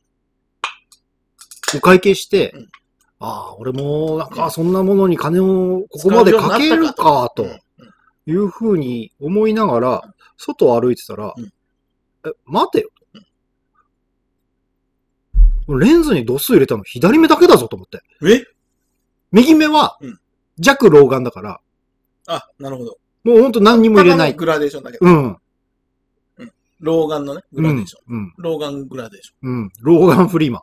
A: お会計して、
B: うん
A: ああ、俺も、なんか、そんなものに金をここまでかけるか、と
B: うんうん
A: いうふうに思いながら、外を歩いてたら、
B: うん
A: え、待てよ。レンズに度数入れたの左目だけだぞと思って。
B: え
A: 右目は
B: うん
A: 弱老眼だから、
B: あ、なるほど。
A: もうほんと何にも入れな
B: ただの
A: い。
B: グラデーションだけど。
A: うん。
B: 老眼のね、グラデーショ
A: う
B: ン。
A: ん。
B: 老眼グラデーショ
A: うん。老眼フリーマ
B: ン。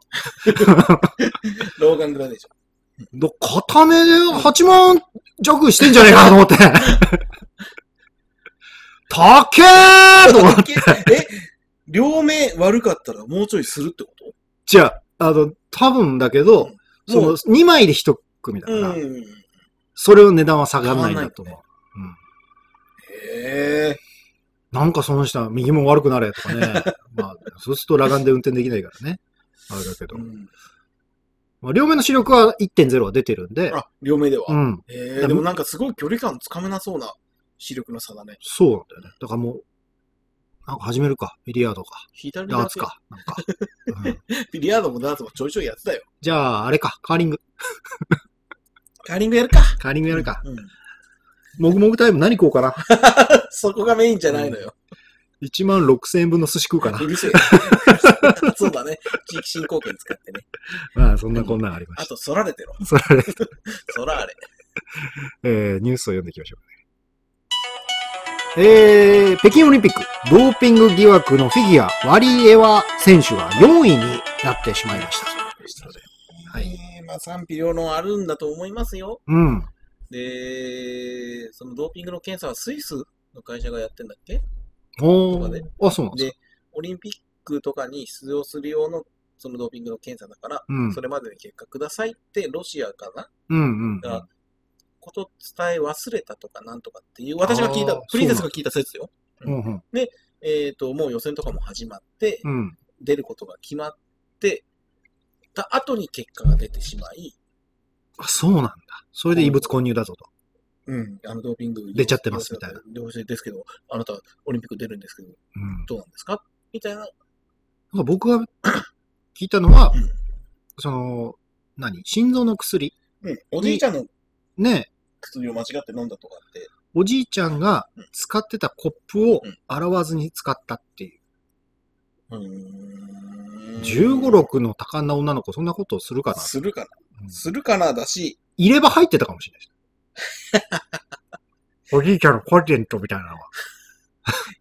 B: 老眼グラデーション。
A: ン。ど片目で8万弱してんじゃねえかなと思って。 (laughs) たけーと思って。
B: え、両目悪かったらもうちょいするってこと
A: じゃあ、あの、多分だけど、そ
B: も
A: の
B: う
A: 2枚で1組だから、
B: うん。へ
A: それを値段は下がらないんだと思う。
B: え。
A: なんかその人は右も悪くなれとかね。
B: (laughs)
A: まあ、そうすると裸眼で運転できないからね。あれだけど
B: う。ん
A: まあ、両目の視力は1.0は出てるんで、
B: あ、両目では。
A: うん。
B: ええ、でもなんかすごい距離感つかめなそうな視力の差だね。
A: そうなんだよね。だからもう、なんか始めるか。ビリヤードか。
B: 左だ
A: ダ
B: け
A: ーツ。か。なん
B: (laughs)
A: か。うん
B: ビリヤードもダーツもちょいちょいやってたよ。
A: じゃあ、あれか。カーリング。
B: カーリングやるか。
A: カーリングやるか。
B: うん。
A: もぐもぐタイム何食おうかな。
B: そこがメインじゃないのよ。
A: 1万6000円分の寿司食うかな
B: う。るせえ。 (laughs) そうだね。地域振興券使ってね。
A: まあ、そんなこんなんありま
B: あ
A: した。
B: と、そられてろ。
A: それで、
B: そらあれ。
A: えー、ニュースを読んでいきましょうね。えー、北京オリンピック、ドーピング疑惑のフィギュア、ワリエワ選手が4位になってしまいました。はい
B: えーまあ賛否両論あるんだと思いますよ。
A: うん。
B: で、そのドーピングの検査はスイスの会社がやってんだっけ
A: お
B: とか
A: ー
B: ね
A: あ、そうなんです
B: で
A: か。、
B: オリンピックとかに出場する用のそのドーピングの検査だから、
A: うん。
B: それまでに結果くださいって、ロシアかな
A: うんうんうん。
B: がこと伝え忘れたとかなんとかっていう、私が聞い
A: あ
B: た
A: ー、
B: プリンセスが聞いた説よ。
A: うんうん。
B: えっと、もう予選とかも始まって、
A: うん。
B: 出ることが決まって、た後に結果が出てしまい、
A: あ、そうなんだ。それで異物混入だぞと。
B: うん、あのドーピング
A: 出ちゃってますみたいな。
B: 両親ですけど、あなたオリンピック出るんですけど、
A: うん。
B: どうなんですかみたいな。
A: なんか僕が聞いたのは
B: うん、
A: その、何心臓の薬
B: うん、おじいちゃんの
A: ね、
B: 薬を間違って飲んだとかって、
A: おじいちゃんが使ってたコップを
B: うん
A: 洗わずに使ったっていう。
B: うーん
A: 15、6の多感な女の子、そんなことをするかな、
B: するかな。
A: うん
B: するかなだし、
A: 入れ歯入ってたかもし
B: (laughs)
A: れない。おじいちゃんのコンテントみたいなのは。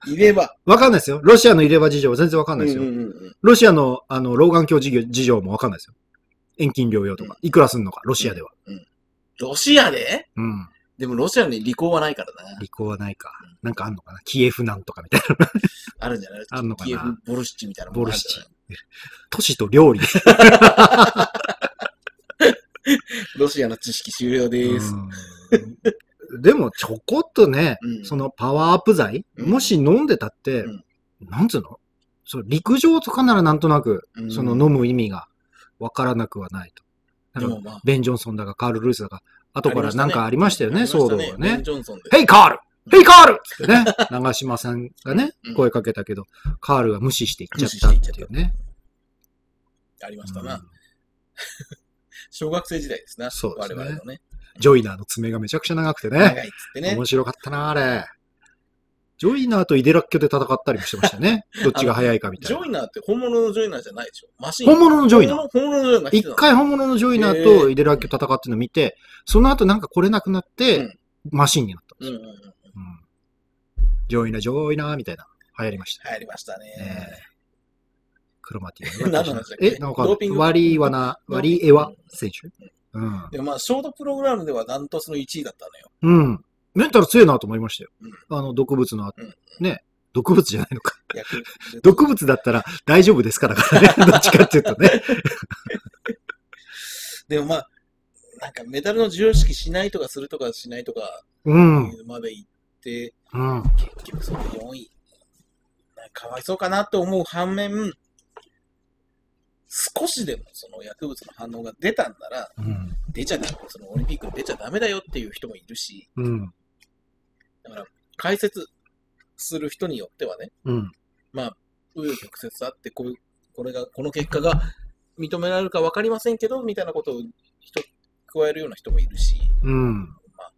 B: いれば。
A: わかんないですよ。ロシアの入れ歯事情は全然わかんないですよ。
B: うんうんうんうん
A: ロシアの、あの、老眼鏡事業事情もわかんないですよ。遠近療養とか、いくらすんのか、ロシアでは。
B: ロシアで
A: うん。
B: でもロシアに履行はないからな。
A: 離婚はないか。なんかあんのかなキエフなんとかみたいな。
B: あるんじゃない
A: あんのかな
B: キエフボルシチみたいなもん
A: ボルシチ
B: あるんじゃ
A: 都市と料理で
B: ないロシアの知識終了です。
A: うんでも、ちょこっとね、
B: うん
A: そのパワーアップ剤、
B: うん
A: もし飲んでたって、
B: うん
A: なんつうのその陸上とかならなんとなく、
B: うん
A: その飲む意味がわからなくはないと。
B: で
A: なんか
B: もまあ、
A: ベン・ジョンソンだか、カール・ルイスだか、後からなんかありましたよね、
B: ありま
A: 騒
B: した
A: 動
B: ね
A: が
B: ベン
A: ね。
B: ジョンソンで
A: ヘイ、カールヘイ、カールつってね、長嶋さんがね
B: うん、
A: 声かけたけど、カールが無視していっちゃったっていうね。
B: ありましたな。
A: うん
B: 小学生時代ですな。
A: そうですね
B: 我々のね。
A: ジョイナーの爪がめちゃくちゃ長くてね。
B: 長いっつってね
A: 面。白かったな、あれ。ジョイナーとイデラッキョで戦ったりもしてました
B: (laughs)
A: ね。どっちが早いかみた
B: ジ
A: いな
B: ョイ。ナーって本物のジョイナーじゃないでしょ。マシン。
A: 本物のジョイナー。
B: ー本物のジョイナー。
A: 一。回本物のジョイナーとイデラッキョ戦ってるのを見て、その後なんか来れなくなって、
B: うん
A: マシンになった、
B: うんうんうん。流
A: うんジョイナー、ジョイナーみたいな。流行りました。
B: 行りました
A: え
B: ね。
A: えクロマティ
B: 何の
A: が
B: 話だっけ
A: え、なんか
B: ドーピン、グ
A: ワリーワナ、ワリーエワ選手うん。
B: でもまあ、ショートプログラムではダントツの1位だった
A: (laughs)
B: のよ。
A: うん。メンタル強いなと思いましたよ。あの、毒物の後、
B: うん
A: ね、毒物じゃないのか。
B: 薬
A: 毒物だったら大丈夫ですからからね。 (laughs) どっちかっていうとね。
B: でもまあ、なんかメダルの授与式しないとかするとかしないとか
A: うん。
B: いうまで行って、
A: うん。
B: 結局その4位。なんかかわいそうかなと思う反面、少しでもその薬物の反応が出たんなら、
A: うん。
B: 出ちゃダメ、そのオリンピックに出ちゃダメだよっていう人もいるし、
A: うん。
B: だから解説する人によってはね、
A: うん。
B: まあ、紆余曲折あってこういう、これが、この結果が認められるか分かりませんけど、みたいなことを人加えるような人もいるし、
A: うん。難
B: まあ、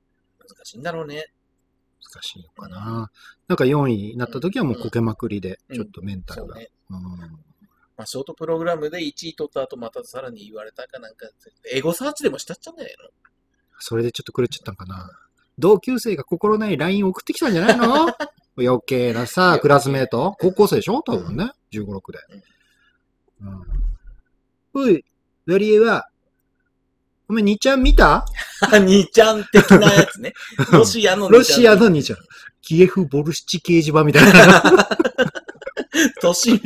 B: 難しいんだろうね。
A: しいのかな。なんか4位になった時はもうこけまくりで、
B: うん
A: ちょっとメンタ
B: そ
A: ル
B: う
A: が。
B: ね。
A: うん。
B: まあ、ショートプログラムで1位取った後、またさらに言われたかなんか、エゴサーチでもしたっちゃうんじゃないの (laughs)
A: それでちょっと狂っちゃったんかな。同級生が心ない LINE 送ってきたんじゃないの (laughs) 余計なさ、クラスメート高校生でしょ多分ね。15、6で。うん。おい、ラリエは、お前、2ちゃん見た
B: あ、2ちゃん的なやつね。
A: (laughs)
B: ロシアの
A: ロシアの2ちゃ
B: ん
A: ん。。キエフ・ボルシチ掲示板みたい
B: (laughs)
A: な
B: 都
A: (laughs)
B: 市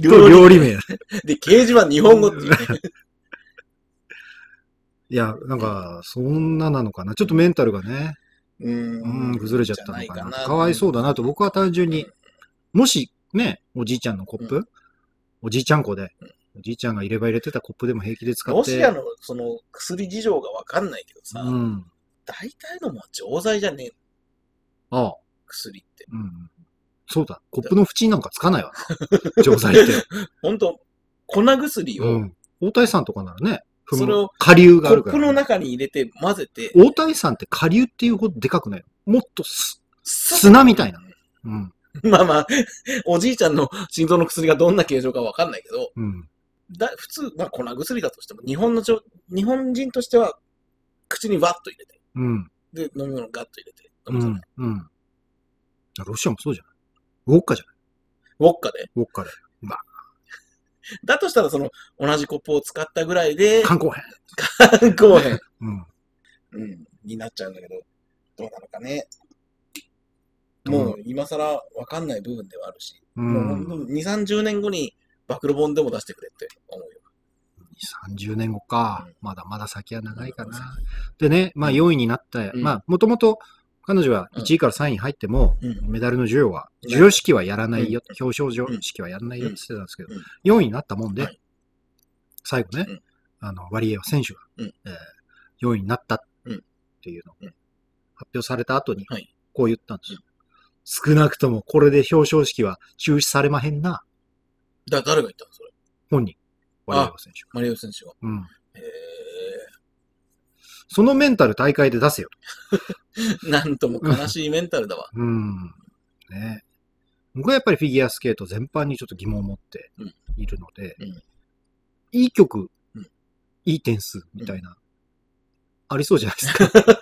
A: と料理名。い
B: で、掲示板日本語っていうね。
A: (laughs) や、なんか、そんななのかな。ちょっとメンタルがね、うん、崩れちゃったのかな。かわいそううだなと、僕は単純に、もしね、おじいちゃんのコップ、
B: う
A: おじいちゃん子で
B: うん、
A: おじいちゃんが入れ歯入れてたコップでも平気で使って。
B: ロシアのその薬事情がわかんないけどさ、
A: うん。
B: 大体のもは錠剤じゃねえの
A: ああ、
B: 薬って。
A: うん。そうだ、コップの縁なんかつかないわな。錠剤って。
B: (laughs) ほんと、粉薬
A: う
B: を
A: ん。大谷さんとかならね、踏む
B: それを
A: 下流
B: コ
A: がある
B: ッ
A: か
B: プの
A: ら、ね。
B: 中に入れて混ぜて、
A: 大谷さんって下流っていうほどでかくないのもっとす、
B: す
A: 砂みたいな。うん。
B: (laughs) まあまあ、おじいちゃんの心臓の薬がどんな形状かわかんないけど、
A: うん。
B: だ普通、まあ粉薬だとしても、日本のちょ、日本人としては、口にわっと入れて、
A: うん。
B: で、飲み物ガッと入れて、
A: う
B: 飲むじゃない
A: ん。うん。ロシアもそうじゃないウォッカじゃない
B: ウォッカで、
A: ウォッカで。まあ。
B: だとしたら、その、同じコップを使ったぐらいで、
A: 観光編。
B: (laughs) 観光編、
A: うん。
B: うん、になっちゃうんだけど、どうなのかね。もう、今更わかんない部分ではあるし、
A: う
B: もうほん
A: ん。
B: と2、30年後に、暴露本でも出してくれって思うよ。
A: 30年後か
B: うん。
A: まだまだ先は長いかな。でね、まあ4位になった、
B: うん
A: まあもともと彼女は1位から3位に入っても、
B: うん。
A: メダルの授与は、授与式はやらないよ、
B: う
A: 表彰式はやらないよって言ってたんですけど
B: うん、
A: 4位になったもんで
B: はい、
A: 最後ね
B: うん、
A: あの、ワリエワ選手が
B: うん
A: えー4位になったっ
B: うん
A: ていうのを
B: うん
A: 発表された後に
B: はい、
A: こう言ったんですよ。少なくともこれで表彰式は中止されまへんな、
B: だ、誰が言ったのそれ。
A: 本人、ワリエワ選手が。
B: マリオ選手が。
A: うん。
B: へ
A: そのメンタル大会で出せよと。
B: え。 (laughs) なんとも悲しいメンタルだわ。
A: うん。ね。僕はやっぱりフィギュアスケート全般にちょっと疑問を持って
B: うん
A: いるので、
B: うん
A: いい曲、
B: うん
A: いい点数みたいな、ありそうじゃないですか。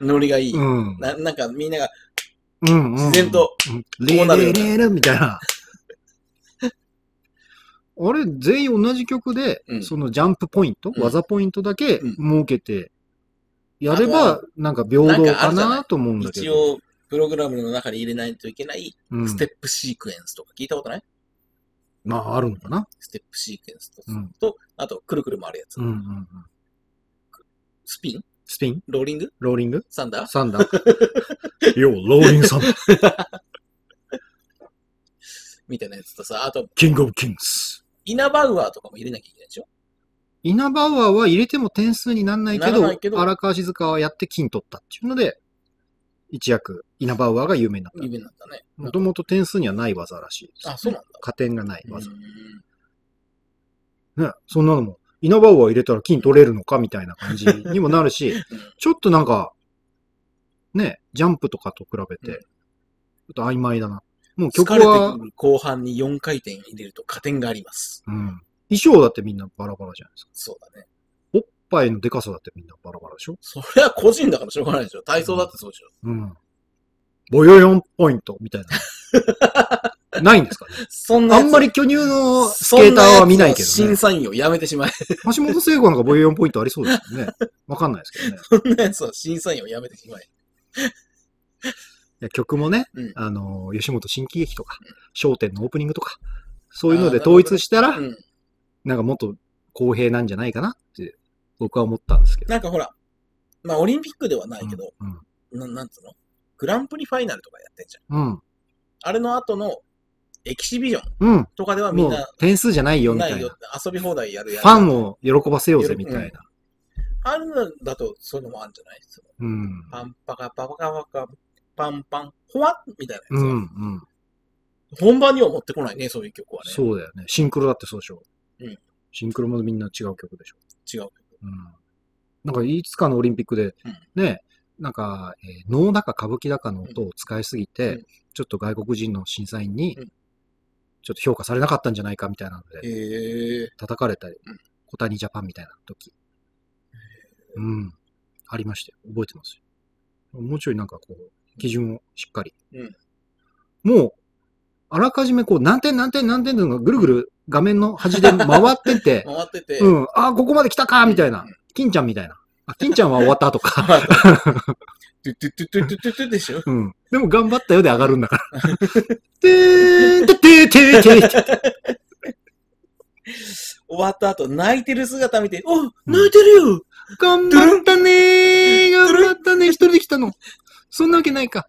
B: ノリがいい。
A: うん。
B: ななんかみんなが、
A: うん
B: 自然と、
A: うん、
B: うなるよね
A: レレレレみたいな。あれ、全員同じ曲で、
B: うん
A: そのジャンプポイント、
B: うん
A: 技ポイントだけ
B: うん
A: 設けて、やれ
B: あ
A: ば、なんか平等か
B: なんかあ
A: なと思うんだけ
B: 一
A: ど。
B: 応、プログラムの中に入れないといけない、
A: うん
B: ステップシークエンスとか聞いたことない
A: まあ、あるのかな。
B: ステップシークエンスと、
A: うん
B: とあと、くるくる回るやつ。
A: うんうんうん。
B: スピン
A: スピン
B: ローリング
A: ローリング
B: サンダー
A: サンダー (laughs) よう、ローリングサンダー。
B: みたいなやつとさ、あと、
A: キングオブキングス。
B: イナバウアーとかも入れなきゃいけないでしょ
A: イナバウアーは入れても点数にならないけ
B: なら
A: ど
B: ないけど
A: 荒川静香はやって金取ったっていうので、一躍、イナバウアーが有名にな
B: イベ
A: っ
B: ントだね。
A: た。もともと点数にはない技らしいです。
B: あ、そうなんだ。
A: 加点がない技。
B: うん
A: ね、そんなのも、イナバウアー入れたら金取れるのかみたいな感じにもなるし、ちょっとなんか、ね、ジャンプとかと比べ
B: うん
A: て、ちょっと曖昧だな。もう曲
B: 疲れ
A: は
B: てく、る後半に4回転入れると加点があります。
A: うん、衣装だってみんなバラバラじゃないですか。
B: そうだね。
A: おっぱいのでかさだってみんなバラバラでしょ
B: それは個人だからしょうがないでしょ。体操だってそうでしょ。
A: うん。ボヨヨンポイントみたい
B: (laughs)
A: な。ないんですかね
B: そんな
A: あ
B: やつ
A: んまり巨乳のスケーターは見ないけ
B: そん
A: ど
B: やつは
A: ね。
B: 審査員をやめてしまえ。
A: 橋本聖子なんかボヨヨンポイントありそうですよね。わかんないですけどね。
B: (laughs) そんなやつは審査員をやめてしまえ。
A: いや曲もね、
B: うん
A: あの、吉本新喜劇とか、笑点のオープニングとか、そういうので
B: あーなるほど
A: 統一したら、
B: うん。
A: なんかもっと公平なんじゃないかなって僕は思ったんですけど。
B: なんかほら、まあオリンピックではないけど、
A: うん。
B: ななんつうのグランプリファイナルとかやってんじゃん。
A: うん。
B: あれの後のエキシビジョン
A: うん。
B: とかではみ
A: も
B: ん
A: う
B: な、
A: 点数じゃないよみ
B: な
A: た
B: い
A: い
B: よ
A: な
B: っ。て遊び放題やる
A: フ
B: や
A: ァンを喜ばせようぜみたいな。
B: あるのだとそういうのもあるんじゃないその
A: うん。
B: パンパカパカパカパンパン、ほわっみたいな
A: う
B: や
A: ん、
B: つ、
A: うん。
B: 本番には持ってこないね、そういう曲はね。
A: そうだよね。シンクロだってそうでしょ。
B: うん
A: シンクロもみんな違う曲でしょ。
B: 違う。
A: うん。なんか、いつかのオリンピックで、ね、なんか、えー能だか歌舞伎だかの音を使いすぎて、
B: うん
A: ちょっと外国人の審査員に
B: うん、
A: ちょっと評価されなかったんじゃないかみたいなの
B: へ
A: で、
B: え
A: 叩かれたり
B: うん、
A: 小谷ジャパンみたいな時。うん。ありましたよ。覚えてますよ。もうちょいなんかこう、基準をしっかり。
B: うん
A: もう、あらかじめこう、何点何点何点っていうのがぐるぐる画面の端で回って
B: (laughs)
A: て、
B: 回ってて、
A: うん、ああ、ここまで来たかみたいな。金ちゃんみたいな。あ、金ちゃんは終わった後か。
B: (laughs) トゥトゥトゥトゥトゥトゥトゥでしょ
A: うん。でも頑張ったよで上がるんだから。 (laughs) てーん、てててーてーてー
B: 終わった後、泣いてる姿見て、お泣いてるよ
A: 頑張ったねー頑張ったねー一人で来たの。そんなわけないか。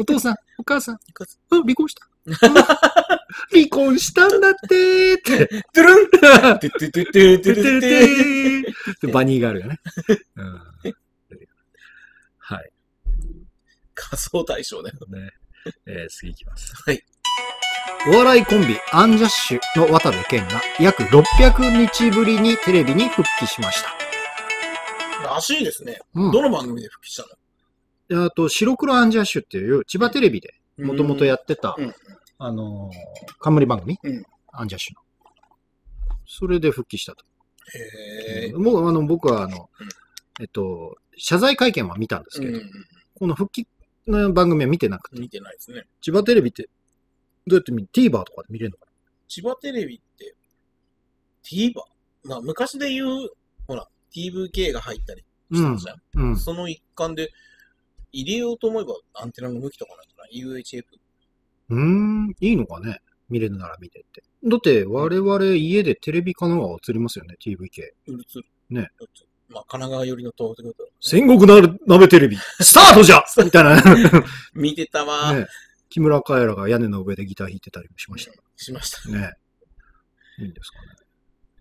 A: お父さん、お母さん、うん、離婚 (laughs) した。うん離婚したんだってーって。
B: トゥルントゥトゥトゥトゥト
A: て
B: ゥト
A: て
B: ゥ
A: て
B: ト
A: (laughs)
B: ゥ
A: ーバニーガールがね。うんはい。
B: 仮想対象だよ。
A: ねえー次いきます。
B: はい。
A: お笑いコンビ、アンジャッシュの渡部健が約600日ぶりにテレビに復帰しました。
B: らしいですね。
A: うん。
B: どの番組で復帰した
A: えーと、白黒アンジャッシュっていう千葉テレビで
B: の
A: もともとやってた、
B: うん
A: あのー冠番組、
B: うん
A: アンジャッシュの。それで復帰したと。
B: へえ。
A: もう、あの、僕は、あの
B: うん、
A: えっと、謝罪会見は見たんです
B: う
A: け
B: んう
A: ど、
B: ん
A: この復帰の番組は見てなくて、
B: 見てないですね。
A: 千葉テレビって、どうやって見る ?TVer とかで見れるのか
B: 千葉テレビって、 TVer。まあ、昔で言う、ほら、TVK が入ったり
A: う
B: した
A: ん
B: じゃん。
A: うん。
B: その一環で、入れようと思えばアンテナの向きとかなんじゃない ?UHF。
A: うーん、いいのかね見れるなら見てって。だって、我々家でテレビ神奈川映りますよね、TVK。
B: うるつる。
A: ね
B: うるつる。まあ、神奈川寄りの東京だろうね
A: 戦国な鍋テレビ、 (laughs) スタートじゃみたいな。
B: 見てたわー、
A: ね、木村カエラが屋根の上でギター弾いてたりもしまし
B: しました。
A: たね。いいんですか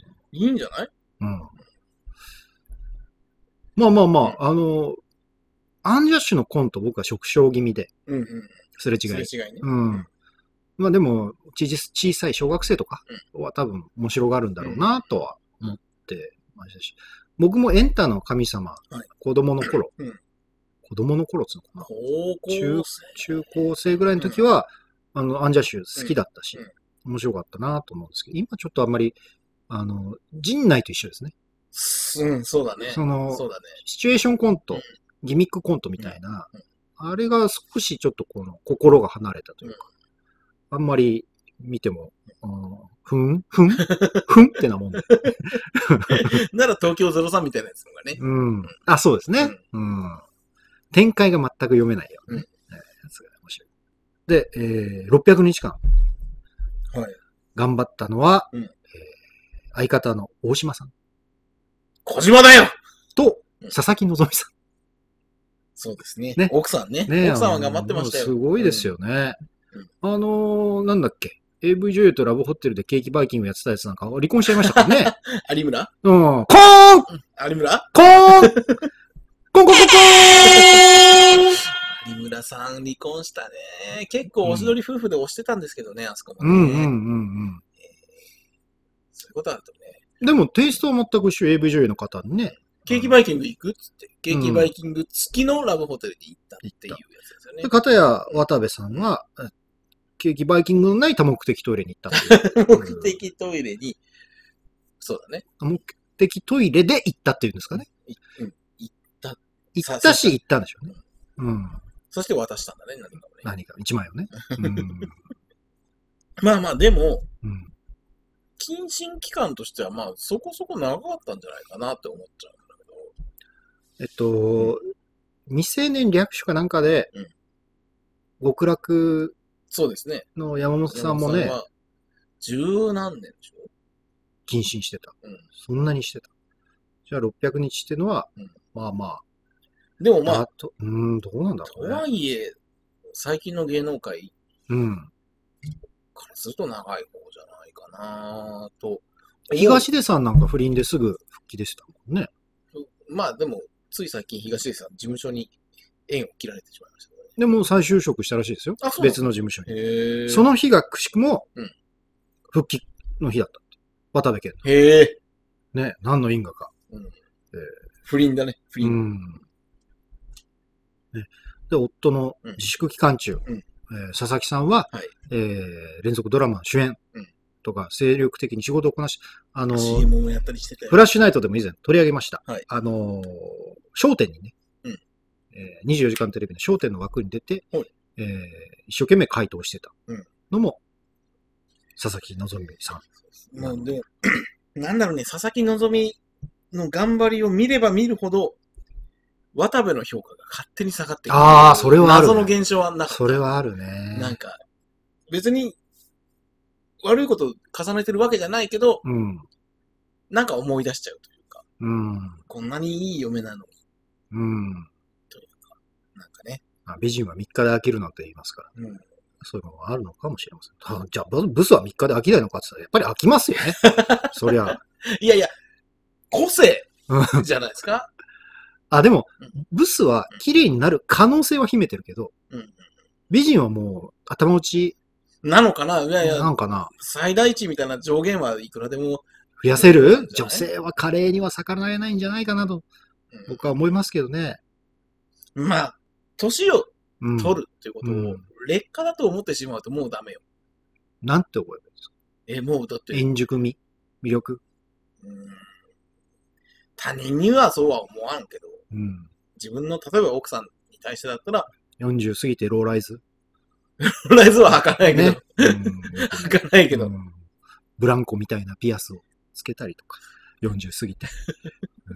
A: ね。
B: いいんじゃない
A: うん。まあまあまあ、あの、アンジャッシュのコント僕は食傷気味で、
B: うんうん。
A: すれ違い。
B: すれ違いね。
A: うん。まあでも、ちじ小さい小学生とかは多分面白がるんだろうなとは思ってましたし、僕もエンタの神様、
B: い
A: 子供の頃、
B: うん
A: 子供の頃っつうのかな、
B: 高校生。
A: 中中高生ぐらいの時は、あの、アンジャッシュ好きだったし、
B: うん
A: 面白かったなと思うんですけど、今ちょっとあんまり、あの、陣内と一緒ですね。
B: うん、そうだね。
A: その
B: そうだね。
A: シチュエーションコン
B: うん
A: ト、ギミックコントみたいな
B: うん、
A: あれが少しちょっとこの心が離れたというか、あんまり見ても、うんふんふ
B: (laughs)
A: んふんってなもんで。
B: なら東京03みたいなやつのがね。
A: うん。あ、そうですね。うん。展開が全く読めないよ、ね。えーやつが面白い。で、えー600日間
B: はい。
A: 頑張ったのは、
B: うん
A: えー相方の大島さん
B: 小島だよ
A: と
B: うん
A: 佐々木希さん。
B: そうですね。
A: ね
B: 奥さんね
A: ね
B: 奥さんは頑張ってましたよ。
A: あのすごいですよね。
B: うん
A: あのー、なんだっけ。AV 女優とラブホテルでケーキバイキングやってたやつなんか離婚しちゃいましたからね。
B: うん。有村
A: うん。コーン
B: 有村
A: コーンコンコンコンコー
B: 有村さん離婚したね。結構おしどり夫婦で押してたんですけどね、あそこ
A: ンうん
B: もね。
A: うんうん
B: そういうことあるとね。
A: うん。でもテイストは全く一緒 AV 女優の方にね。
B: ケーキバイキング行くっつって、ケーキバイキング付きのラブホテルで行ったっていうやつですよね
A: で、。片や渡部さんは、えケーキバイキングのない多目的トイレに行ったっていう。
B: 目的トイレに、そうだね。
A: 多目的トイレで行ったっていうんですかね。
B: いうん行った。
A: 行ったし行ったんでしょうね。うん。
B: そして渡したんだね、何かもね。
A: 何か、一枚をね。うん。
B: まあまあ、でも、
A: うん
B: 謹慎期間としては、まあ、そこそこ長かったんじゃないかなって思っちゃうんだけど。
A: えっと、未成年略取かなんかで、
B: うん
A: 極楽
B: そうですね。
A: の山本さんもね
B: 山、本さんは十何年でしょ
A: 謹慎してた、
B: うん
A: そんなにしてた。じゃあ600日ってのは、
B: うん
A: まあま
B: でも
A: あ、
B: まあ、
A: あと、うーん、どうなんだ
B: と
A: ろうね
B: は。いえ、最近の芸能界
A: うん。
B: からすると長い方じゃないかなと。
A: 東出さんなんか不倫ですぐ復帰でしたもんね。
B: まあでも、つい最近東出さん、事務所に縁を切られてしまいましたけどね。
A: でも再就職したらしいですよ
B: あ。そうなの
A: 別の事務所に。
B: へえ。
A: その日がくしくも
B: うん、
A: 復帰の日だったって。渡部健
B: へえ。
A: の。ね、何の因果か。
B: 不倫だね、不
A: う
B: 倫。
A: ん。ねで、夫の
B: うん
A: 自粛期間中、
B: うん
A: えー佐々木さんは、
B: はい
A: えー連続ドラマの主演
B: うん
A: とか、精力的に仕事をこなし、あのー
B: CM もやったりしてたよ
A: フラッシュナイトでも以前取り上げました。
B: はい
A: あのー焦点にね、
B: うん
A: えー24時間テレビの焦点の枠に出て、
B: はい
A: えー一生懸命回答してた
B: うん
A: のも、佐々木希さん。
B: まあでも、 (clears throat) なんだろうね、佐々木希の頑張りを見れば見るほど、渡部の評価が勝手に下がってく
A: あーそれはあるね
B: 謎の現象はなかった
A: それはある
B: な
A: ね
B: ん。か、別に、悪いことを重ねてるわけじゃないけど、
A: うん。
B: なんか思い出しちゃうというか、
A: うん。
B: こんなにいい嫁なのに、
A: うん。
B: なんかね。
A: まあ美人は3日で飽きるなんて言いますから、
B: うん
A: そういうのがあるのかもしれません。たじゃあ、ブブスは3日で飽きないのかって言ったら、やっぱり飽きます
B: (laughs)
A: よね。そりゃ。
B: いやいや、個性
A: う
B: じゃないですか。
A: あ、でも
B: うん、
A: ブスは綺麗になる可能性は秘めてるけど、
B: うん
A: 美人はもう頭打ち
B: なのかないやい
A: な
B: や、
A: んかな。
B: 最大値みたいな上限はいくらでも、
A: 増やせ
B: そうなん
A: る
B: じゃな
A: 女
B: い
A: 性は華麗には逆らえないんじゃないかなと、
B: うん
A: 僕は思いますけどね。
B: まあ、年を
A: うん。
B: 取るっていうことを、
A: うん
B: 劣化だと思ってしまうともうダメよ。
A: なんて覚えるんですか
B: え、もうだって、
A: 円熟味、魅力。
B: うん他人にはそうは思わんけど、
A: うん。
B: 自分の例えば奥さんに対してだったら、
A: 40過ぎてローライズ。
B: ライズは履かないけど、
A: ね。うん
B: 履かないけど、
A: うんブランコみたいなピアスをつけたりとか、40過ぎて。うん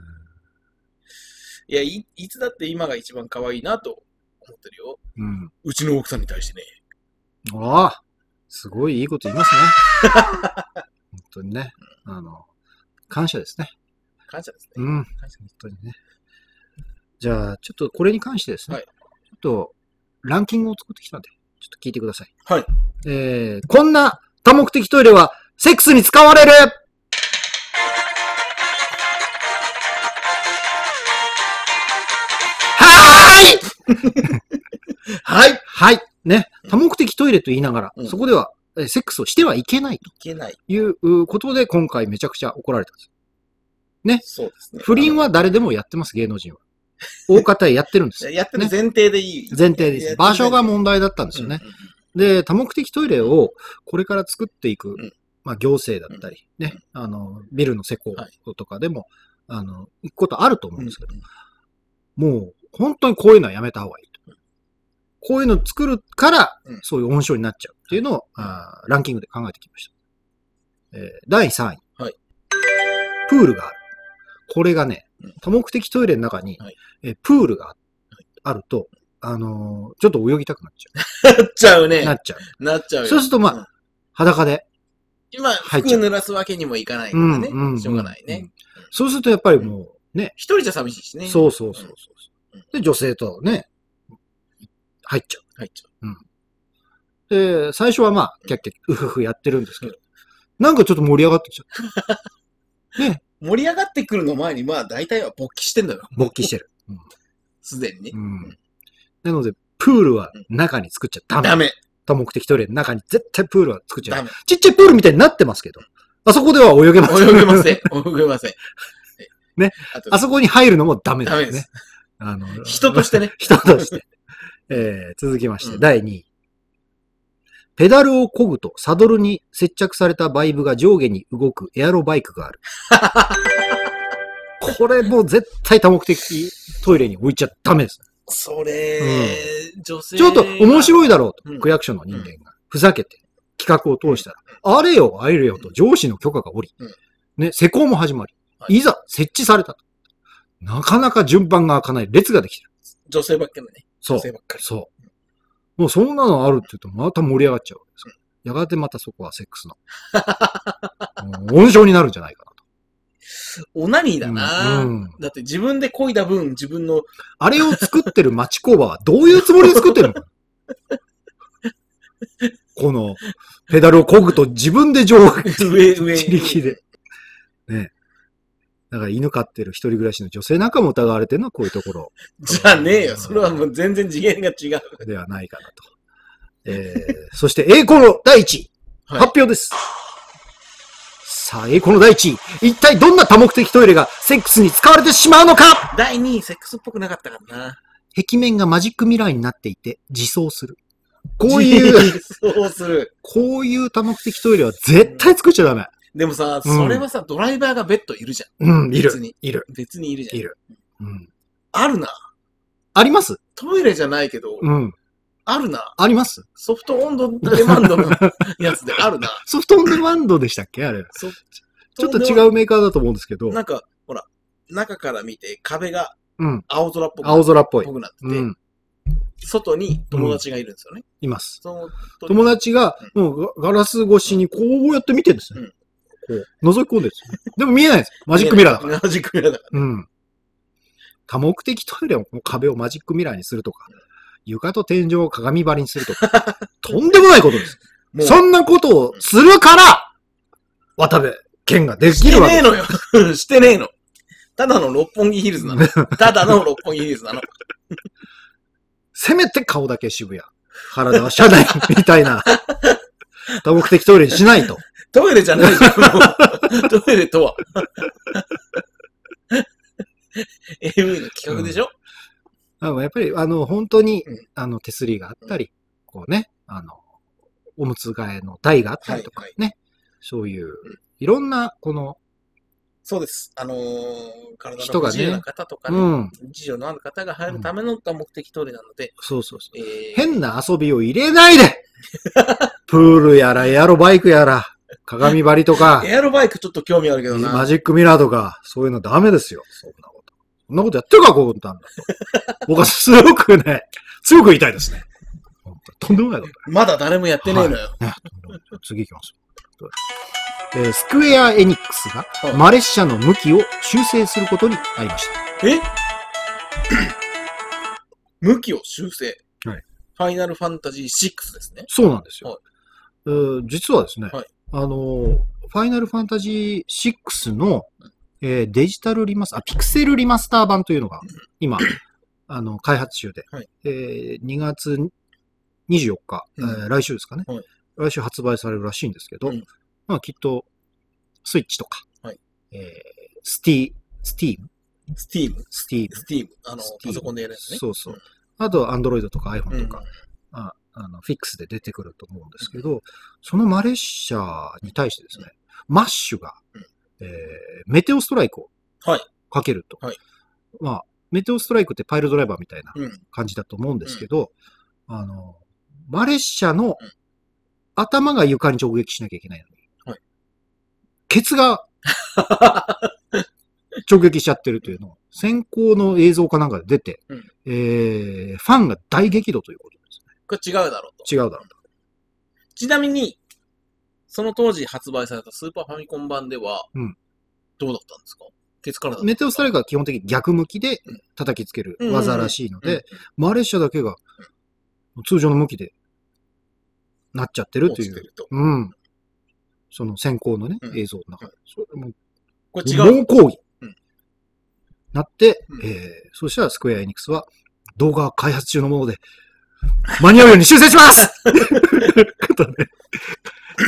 B: いやい、いつだって今が一番可愛いなと思ってるよ。
A: うん。
B: うちの奥さんに対してね。
A: ああ、すごいいいこと言います
B: (laughs)
A: ね。本当にね。あの、感謝ですね。
B: 感謝ですね。
A: うん。
B: 感謝です
A: 本当にね。じゃあ、ちょっとこれに関してですね、
B: はい
A: ちょっとランキングを作ってきたんで、ちょっと聞いてください。
B: はい。
A: えー、こんな多目的トイレはセックスに使われるはーい
B: はいい
A: はい。ね。多目的トイレと言いながら、
B: うん
A: そこでは、えーセックスをしてはいけないと
B: けない。
A: いううことで、今回めちゃくちゃ怒られたんです。
B: そうですね。
A: 不倫は誰でもやってます、芸能人は。大方やってるんですよ。
B: やってる前提でいい。
A: 前提です。場所が問題だったんですよね。
B: うんうんうん
A: で、多目的トイレをこれから作っていく
B: ん、
A: まあ、行政だったり、ね、あの、ビルの施工
B: はい
A: とかでも、あの、行くことあると思うんですけど
B: うん、
A: もう、本当にこういうのはやめた方がいいと。こういうの作るから
B: うん、
A: そういう温床になっちゃうっていうのを、あーランキングで考えてきました。えー第3位。
B: はい
A: プールがある。これがね
B: うん、
A: 多目的トイレの中に、
B: はい
A: えープールがああると、あのーちょっと泳ぎたくなっちゃ
B: なっちゃう
A: う。な
B: ね。
A: っちゃう。
B: なっちゃうよ。
A: そうするとまあ
B: うん、
A: 裸で。
B: 今、
A: 入っ
B: 服
A: ちゃう
B: 濡らすわけにもいかないから
A: うんうんうん
B: ね。しょうがないね。
A: そうするとやっぱりもうね、
B: 一人じゃ寂しいしね。
A: そうそうそうそう
B: うん。
A: で、女性とね、入っちゃ
B: 入っちゃ
A: う。で、最初はまあ、キャッキャッ、うふふやってるんですけど、なんかちょっと盛り上がってきちゃった。ね、
B: う。盛り上がってくるの前に、まあ、大体は勃起してんだよ。
A: 勃起してる。
B: すでにね
A: う。ん。なので、プールは中に作っちゃダメ。
B: ダメ。
A: 多目的トイレの中に絶対プールは作っちゃダ
B: ダ
A: メ。
B: メ。
A: ちっちゃいプールみたいになってますけど、あそこでは泳げません。
B: 泳げません。泳げません。
A: ね。
B: あ
A: (laughs)
B: と
A: あ、そこに入るのもダメだよ
B: ダメで
A: ね
B: す。
A: あの、
B: 人としてね。
A: 人と
B: (laughs)
A: して。えー続きまして、
B: うん
A: 第2位。ペダルを漕ぐとサドルに接着されたバイブが上下に動くエアロバイクがあ
B: (laughs)
A: る。これもう絶対多目的トイレに置いちゃダメです。
B: それ、女性
A: ちょっと面
B: い。
A: 白いだろう
B: う
A: と、
B: ん
A: 区役所の人間がふざけて企画を通したら、あれよ、あれよと上司の許可が下り
B: うん、
A: ね、施工も始まり、
B: はい
A: いざ設置されたと。なかなか順番が開かない列ができてる。
B: 女性ばっかりね。
A: そう
B: 女。性ばっかり。
A: そう。もうそんなのあるって言うと、また盛り上がっちゃうわけですよやがてまたそこはセックスの。うん温床になるんじゃないか
B: オナニーだ
A: なと。
B: な。
A: うん
B: だって自分で漕いだ分、自分の
A: あれを作ってる町工場はどういうつもりで作ってるのこの、ペダルを漕ぐと自分で上下、
B: 上、上。
A: 自力で。ねだから犬飼ってる一人暮らしの女性なんかも疑われてるのはこういうところ。
B: じゃねえよ。それはもう全然次元が違う。
A: ではないかなと。えー、 (laughs) そして栄光の第一位、
B: はい
A: 発表です。さあ、栄光の第一位、一体どんな多目的トイレがセックスに使われてしまうのか
B: 第2位、セックスっぽくなかったからな。
A: 壁面がマジックミラーになっていて自走する。こう (laughs) いう、。
B: そうする。
A: こういう多目的トイレは絶対作っちゃダメ。
B: でもさ、
A: うん
B: それはさ、ドライバーがベッドいるじゃ
A: うん、
B: ん。
A: い
B: 別
A: る。
B: に。
A: いる。
B: 別にいるじゃん。
A: いる。うん。
B: あるな。
A: あります
B: トイレじゃないけど、
A: うん。
B: あるな。
A: あります
B: ソフト温度デマンドのやつであるな。
A: ソフトオンデマンドでしたっけあれ。
B: ソフ
A: (laughs) ちょっと
B: う
A: 違。うメーカーだと思うんですけど。
B: なんか、ほら、中から見て壁が
A: うん。
B: 青空っぽく
A: 青空っぽい
B: ぽ。くなってて、
A: うん。
B: 外に友達がいるんですよね。
A: います。
B: その
A: 友達が、もうガガラス越しにこうやって見てるんですね。こう、覗き込んでるんですよ。でも見えないんですよ。マジックミラーだから。
B: ら。マジックミラーだから。
A: うん。多目的トイレを壁をマジックミラーにするとか、床と天井を鏡張りにするとか、とんでもないことです。
B: もう、
A: そんなことをするから、渡部健ができ
B: して
A: るわ
B: ね
A: け
B: えのよ。 (laughs) してねえの。ただの六本木ヒル
A: (laughs)
B: ズなの。ただの六本木ヒルズなの。
A: せめて顔だけ渋谷。体は車内みたいな。多目的トイレにしないと。
B: トイレじゃないじゃん。も
A: (laughs)
B: うトイレとは。AV の企画でしょ、
A: あのやっぱり、あの、本当に
B: うん、
A: あの、手すりがあったり、こうね、あの、おむつ替えの台があったりとか
B: はい
A: ね、そういう、いろんな、この、
B: そうです。あのー、体
A: 人
B: の不
A: がね
B: 自由な方とか
A: う
B: ね、
A: ん、
B: 事情のある方が入るための多目的トイレなので、
A: そうそうそう。
B: えー (laughs)
A: 変な遊びを入れないでプールやらエアロバイクやら、鏡張りと
B: (laughs)
A: か、
B: エアロバイクちょっと興味あるけどな。
A: マジックミラーとか、そういうのダメですよ。そんなこと。そんなことやってるか、こうたんだと。僕はすごくね、強く言いたいですね。本当とんでもないこと
B: まだ誰もやってねえの
A: (laughs)
B: よ。
A: ね。次行きます。えースクエア・エニックスが
B: はい
A: マレッシャの向きを修正することになりました。
B: え (clears throat) 向きを修正。
A: はい
B: ファイナルファンタジー6ですね。
A: そうなんですよ。
B: はいう
A: ー実はですね、
B: はい
A: あのー、ファイナルファンタジー6の、えーデジタルリマスター、あピクセルリマスター版というのが今、あの、開発中で、
B: はい
A: え2月24日、
B: うん
A: えー来週ですかね、
B: はい
A: 来週発売されるらしいんですけど、
B: うん
A: まあきっと、スイッチとか、
B: はい
A: えースティ、スティーム
B: スティーム。
A: スティーム
B: スティーム。あの、
A: Steam
B: パソコンでやるやつね。
A: そうそう
B: うん。
A: あと、アンドロイドとか iPhone とか、
B: うん
A: ああのフィックスで出てくると思うんですけど、そのマレッシャに対してですね、マッシュが、
B: うん
A: えーメテオストライクを
B: はい
A: かけると。
B: はい
A: まあ、メテオストライクってパイルドライバーみたいな
B: うん。
A: 感じだと思うんですけど、あの、マレッシャの
B: うん
A: 頭が床に直撃しなきゃいけないのに、
B: はい
A: ケツ
B: (laughs)
A: が直撃しちゃってるというのを、先行の映像かなんかで出て、
B: うん
A: えーファンが大激怒ということですね。
B: これ違うだろうと。
A: 違うだろう
B: ちなみに、その当時発売されたスーパーファミコン版では、
A: うん
B: どうだったんですか鉄からだった
A: メテオストライクは基本的に逆向きで
B: うん
A: 叩きつける
B: うん
A: 技らしいの
B: うん
A: で、マレーシアだけが通常の向きでなっちゃってる
B: 落
A: とい
B: ちて
A: う、
B: ると。
A: うん。その先行のね
B: う、ん
A: 映像の中で。それも
B: これ違う。
A: 猛抗議
B: うん
A: なって
B: う、ん
A: えーそしたらスクエアエニックスは動画開発中のもので間に合うように修正します
B: (laughs)
A: ことで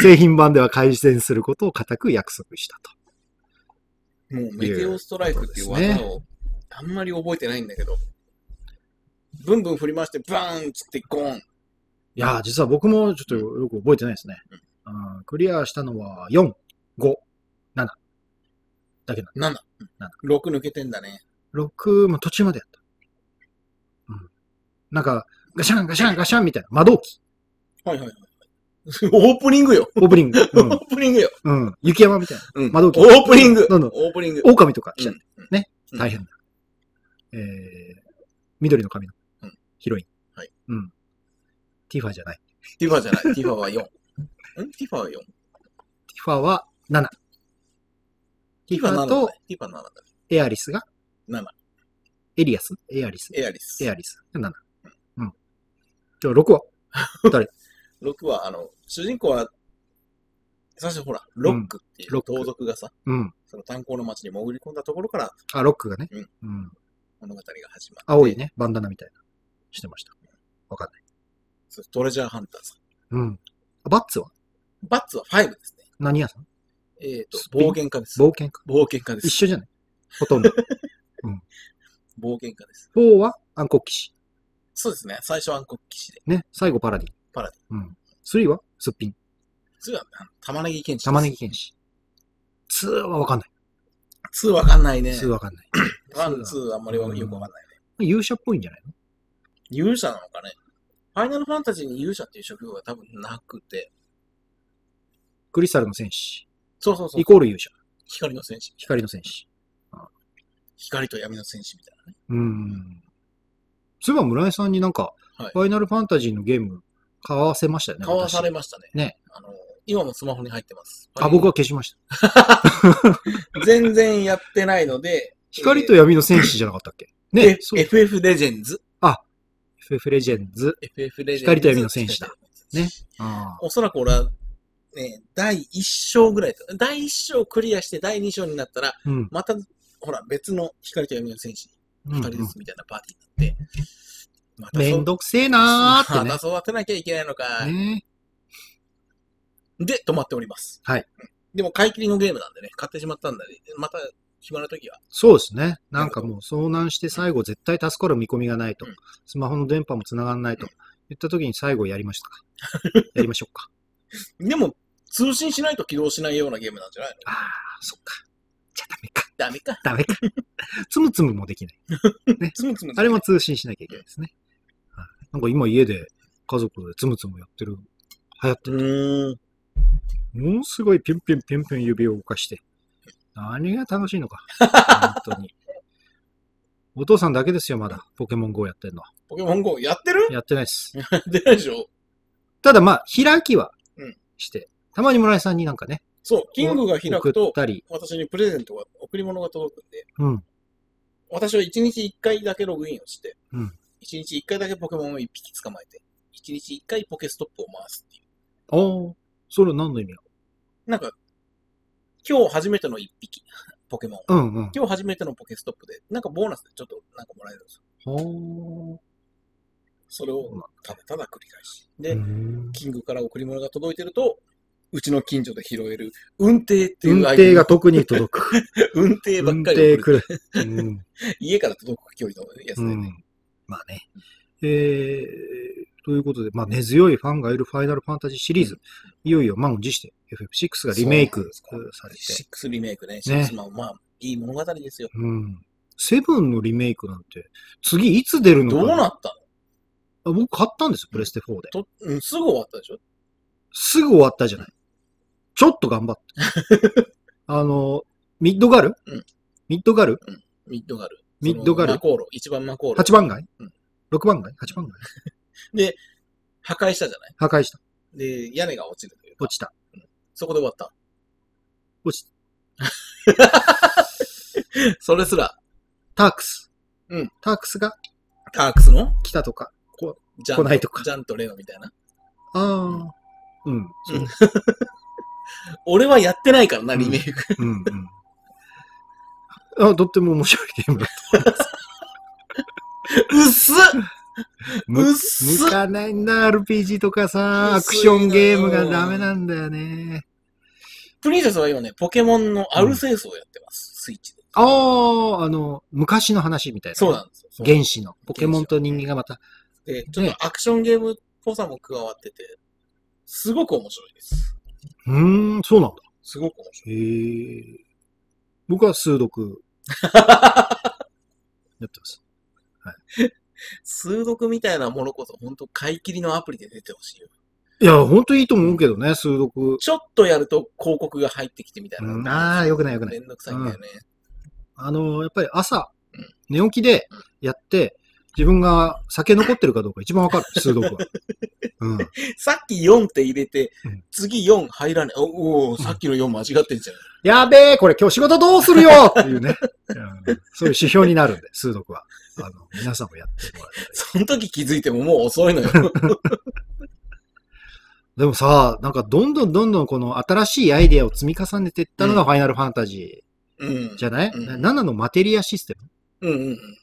A: 製品版では改善することを固く約束したと。
B: もうメテオストライクっていう技を、あんまり覚えてないんだけど、ブンブン振り回して、バーンっつってゴーン。
A: いやー、実は僕もちょっとよく覚えてないですね。うん、クリアしたのは4、5、7だけな
B: 7。6抜けてんだね。
A: の。6も途中までやった。うん。なんか、ガシャンガシャンガシャンみたいな窓置き。
B: はいはいはい。オープニングよ。
A: オープ
B: (laughs)
A: ニング。
B: オープニングよ。
A: うん。うん。雪山みたいな。
B: うん
A: 窓
B: オ
A: 口
B: ープニング。
A: どんどん
B: オープニング。
A: 狼とか来た、
B: うん
A: ね。
B: うん
A: 大変だ。えー、緑の髪の
B: うん
A: ヒロイン。
B: はい。
A: うん。ティファじゃない。
B: ティファじゃない。ティファは4。んティファは 4?
A: ティファは7。ティフ
B: 7
A: ァ
B: だね
A: と。
B: ティファ7だね。
A: エアリスが
B: 7。
A: エリアスエアリス
B: エアリス
A: エ。アリスが7。うん。じゃあ6は
B: 6は、あの、主人公は、最初ほら、ロックっていう
A: ロック
B: 盗賊がさ、
A: うん。
B: その炭鉱の町に潜り込んだところから
A: あ、ロックがね。
B: うん
A: うん。
B: 物語が始まる。
A: 青いね、バンダナみたいな。してました。
B: そうトレジャーハンターさん。
A: うん。あバッツは
B: バッツは5ですね。
A: 何屋さん
B: えっ、と
A: ス、ピン
B: 冒険家です。
A: 冒険家。
B: 冒険家で
A: 一
B: す。
A: 緒じゃないほとんど。
B: (laughs) 冒険家です。
A: 4は暗黒騎士。
B: そうですね。最初暗黒騎士で。
A: ね。最後パラディ。
B: パラデ
A: ィ。うん。3はすっぴん。
B: 2はあの玉ねぎ剣士です。
A: 玉ねぎ剣士。2はわかんない。
B: 2わかんないね。
A: 2わかんない。
B: 1、2あんまりわよくわかんないね。
A: 勇者っぽいんじゃないの
B: 勇者なのかね。ファイナルファンタジーに勇者っていう職業が多分なくて。
A: クリスタルの戦士。
B: そうそうそう
A: イ。コール勇者。
B: 光の戦士。
A: 光の戦士。
B: 光と闇の戦士みたいなね。
A: うん。そういえば村井さんになんか、
B: はい
A: ファイナルファンタジーのゲーム買わせましたよね。
B: 買わされ
A: 私
B: ましたね。
A: ね。
B: あの、今もスマホに入ってます。
A: あ、僕は消しました。
B: 全然やってないので、
A: 光と闇の戦士じゃなかったっけ
B: えー
A: ね、そう。
B: え FF レジェンズ。
A: FF レジェンズ。
B: FF レジェンズ。
A: 光と闇の戦士だ
B: 光と闇の戦士
A: ねあ
B: おそらく俺は、ね、第1章ぐらいだ第1章クリアして第2章になったら、
A: あ。うん。
B: また、ほら、別の光と闇の戦士
A: うんう
B: 2
A: ん
B: 人ですみたいなパーティーになって、また
A: めんどくせえなーって
B: ま
A: ね
B: た育てなきゃいけないのか。。
A: ね
B: で、止まっております。
A: はい
B: うん。でも、買い切りのゲームなんでね、買ってしまったんだね。また、暇な時は。
A: そうですね。なんかもう遭難して最後絶対助かる見込みがないと
B: うん。
A: スマホの電波も繋がらないと。言った時に最後やりました
B: (laughs)
A: か。やりましょうか。
B: でも、通信しないと起動しないようなゲームなんじゃないの
A: ああ、そっか。じゃあダメか。
B: ダメか。
A: ダメか。つむつむもできない。
B: つむつむ。
A: あれも通信しなきゃいけないですね。はいなんか今家で家族でつむつむやってる。流行って
B: う
A: る。
B: ーん。
A: ものすごいピュンピュンピュンピュン指を動かして、何が楽しい
B: (laughs)
A: のか。本当に。お父さんだけですよ、まだ。ポケモン GO やってんのは。
B: ポケモン GO やってる (laughs)
A: やってないです。
B: やってないでしょ
A: ただまあ、開きは
B: うん
A: して、たまに村井さんになんかね、
B: そう、キングが開
A: 送
B: く
A: っ
B: と、
A: たり、
B: 私にプレゼントが、贈り物が届くんで、
A: うん。
B: 私は1日1回だけログインをして、
A: うん
B: 一1日1回だけポケモンを1匹捕まえて、1日1回ポケストップを回すってい
A: おー、それ何の意味が
B: う。なんか、今日初めての1匹、ポケモン。
A: うんうん。
B: 今日初めてのポケストップで、なんかボーナスでちょっとなんかもらえるんですよ。
A: おー
B: それをただただ繰り返し。で、
A: うん
B: キングから贈り物が届いてると、うちの近所で拾える、運転ってい
A: 運
B: うアイテ
A: 転
B: ム
A: が特に届く。
B: (laughs) 運転ばっ
A: 運
B: かり
A: 転
B: 送る。
A: くらい。
B: (laughs)
A: うん
B: 家から届く距離のやつで
A: う
B: ね。
A: ん、まあね。えー、ということで、まあ、根強いファンがいるファイナルファンタジーシリーズ、いよいよ満を持して FF6 がリメイク
B: そうなんです
A: されて、
B: 6リメイクね。6もまあ、いい物語ですよ。
A: うん。セブンのリメイクなんて、次いつ出るの
B: ど
A: か
B: うな
A: な
B: った
A: あ僕買ったんですよ、プレステ4で。
B: のと、うん、すぐ終わったでしょ
A: すぐ終わったじゃない。ちょっと頑張って。
B: (laughs)
A: あの、ミッドガル、
B: うん
A: ミッドガル
B: ミッドガル。
A: ミッドガル
B: そのマコーロ、一番マコーロ。
A: ?8 番街、
B: うん
A: ?6 番街 ?8 番街
B: で、破壊したじゃない
A: 破壊した。
B: で、屋根が落ちるというか
A: 落ちた。
B: そこで終わった。
A: 落ち
B: それすら、
A: タークス。
B: うん
A: タークスが
B: タークスの
A: 来たとか、
B: ジャン
A: 来ないとか
B: ジャンとレノみたいな。
A: ああ。うん。そう
B: うん俺はやってないからな、リメイク。
A: うんうん。 (laughs) あ、とっても面白いゲームだ。
B: うっす
A: む
B: うっす
A: 向かないんだ、RPG とかさ、アク
B: 薄い
A: シ
B: のよ
A: ョンゲームがダメなんだよね。
B: プリンセスは今ね、ポケモンのアルセウスをやってます、スイッチで。
A: ああ、あの、昔の話みたいな。
B: そうなんですよ。そう
A: 原始の。ポケモンと人間がまた。
B: で、ちょっとアクションゲームっぽさも加わってて、すごく面白いです。
A: うーん、そうなんだ。
B: すごく面白い。
A: へえ。僕は数
B: (laughs)
A: 読やってます。
B: 数読みたいなものこそ、本当買い切りのアプリで出てほしいよ。
A: いや、ほんといいと思うけどね、数読。
B: ちょっとやると広告が入ってきてみたいな。
A: うんああ、よくないよくない
B: め。んどくさいんだよね。
A: あの、やっぱり朝
B: うん、
A: 寝起きでやって、自分が酒残ってるかどうか一番わか
B: (laughs)
A: る、数読は。うん。
B: さっき4って入れて
A: うん、
B: 次4入らない。おおー、さっきの4間違ってんじゃん。
A: やべえ、これ今日仕事どう
B: (laughs)
A: するよっていうね。うんそういう指標になるんで、数読は。あの、皆さんもやってもらえたらいい
B: その時気づいてももう遅いのよ。
A: でもさ、なんかどんどんどんどんこの新しいアイデアを積み重ねていったの
B: う
A: が
B: ん
A: ファイナルファンタジ
B: うん
A: ーじ。ゃない、
B: うん
A: な ?7 のマテリアシステム
B: うんうんうん。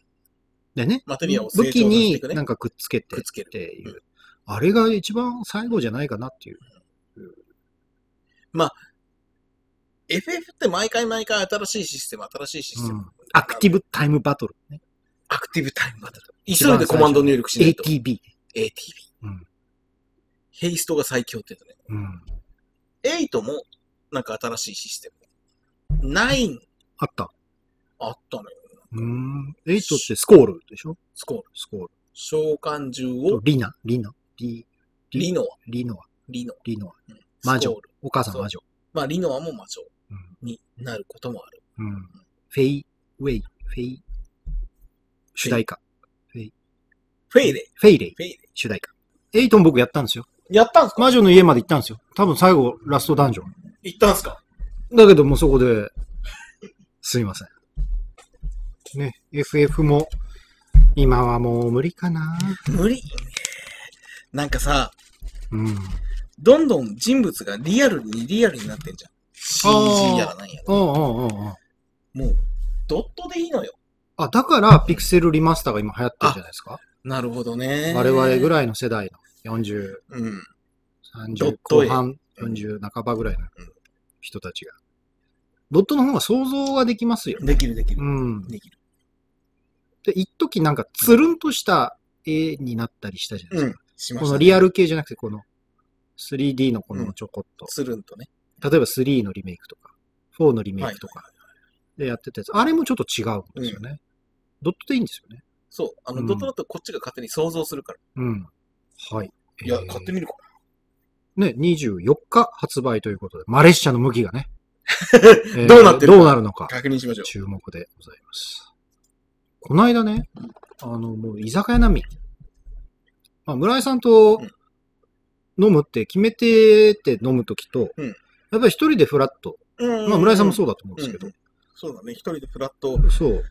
A: でね。
B: マテリアを成
A: 武
B: 長
A: 器
B: させて
A: に
B: いくね
A: なんかくっつけて
B: くっ
A: っ
B: つける。
A: ていうう。あれが一番最後じゃないかなっていう。
B: FF って毎回毎回新しいシステム、新しいシステム。
A: うんアクティブタイムバトルね。
B: アクティブタイムバトル。
A: 一
B: 急い
A: 番
B: でコマンド入力しないと。
A: ATB。
B: ATB。
A: うん
B: ヘイストが最強って言うと
A: うん。
B: ね。8もなんか新しいシステム。9
A: あった。
B: あったのよ。
A: うん。エイトってスコールでしょ
B: スコール。
A: スコール。
B: 召喚獣
A: と
B: を、
A: リナ、リナ、リ、リ
B: リノア。
A: リノア、
B: リノ
A: リノア。
B: ア。うん
A: 魔女
B: スコール。
A: お母さん
B: そう
A: 魔女。
B: まあ、リノアも魔女
A: うん
B: になることもある。
A: うん。フェイ、ウェイ、フェイ、主題歌。
B: フェイレイ。
A: フェイレイ、
B: フェイレイ。
A: 主題歌。エイトも僕やったんですよ。
B: やったんすか
A: 魔女の家まで行ったんですよ。多分最後、ラストダンジョン。
B: 行ったんすか
A: だけどもうそこで、すいません。ね、FF も、今はもう無理かな。
B: 無理。なんかさ、
A: うん。
B: どんどん人物がリアルにリアルになってんじゃん。
A: あー
B: CG やらなんやら。
A: おうおうおうおう
B: もう、ドットでいいのよ。
A: あ、だから、ピクセルリマスターが今流行ってるんじゃないですか、
B: なるほどね。
A: 我々ぐ
B: い。
A: らいの世代の40、
B: うん。ド
A: 30
B: ット
A: 後
B: 絵
A: 半、
B: うん
A: 40半ばぐらいの人たちが。ドットの方が想像ができますよ。
B: できるできる
A: う。ん。
B: できる。
A: で、一時なんかつるんとした絵になったりしたじゃないで
B: う
A: す
B: ん
A: か。。
B: しま
A: こ
B: し
A: の
B: た。
A: リアル系じゃなくて、この 3D のこのちょこっと。
B: つるんとね。
A: 例えば3のリメイクとか、4のリメイクとかでやってたやつ。あれもちょっと違うんですよね。ドットでいいんですよね。
B: そう。あの、
A: うん
B: ドットだとこっちが勝手に想像するから。
A: うん。はい。
B: いや
A: え、ー
B: 買ってみるか。
A: ね、24日発売ということで、マレッシャの向きが
B: (laughs)
A: ね、え
B: どうなってるか
A: どうなるのか、
B: 確認しましょ
A: 注目でございます。この間ね、あの、もう居酒屋並み。まあ、村井さんと
B: うん
A: 飲むって決めてて飲むときと、
B: うん
A: やっぱり一人でフラッと、
B: う。うん
A: まあ、村井さんもそううだと思うんですけど
B: ん、そうだね。一人でフラット
A: そう、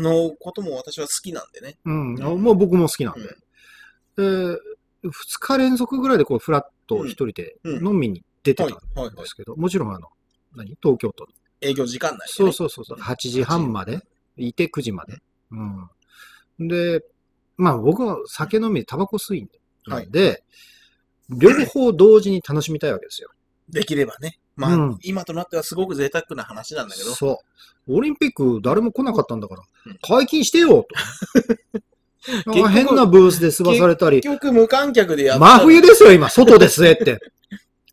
B: のことも私は好きなんでね。
A: うん、あまあ僕も好きなんで。
B: うん
A: で、2日連続ぐらいでこう、フラッと一人で
B: うん。
A: 飲みに出て
B: はい
A: た、
B: はい
A: んで
B: はい。
A: すけど、もちろんあの、何東京都の。
B: 営業時間内でね。
A: そうそうそうそう、
B: うん
A: 8時半まで、いて9時まで。うん。で、まあ僕は酒飲み、タバコ吸いんで、
B: はい
A: で、両方同時に楽しみたいわけですよ。
B: できればね。まあ、
A: うん
B: 今となってはすごく贅沢な話なんだけど。
A: そう。オリンピック誰も来なかったんだから
B: うん、
A: 解禁して
B: (laughs)
A: よと。なんか変なブースで吸わされたり、
B: 結局無観客でやったら
A: 真冬ですよ、今、外ですえ
B: (laughs)
A: って。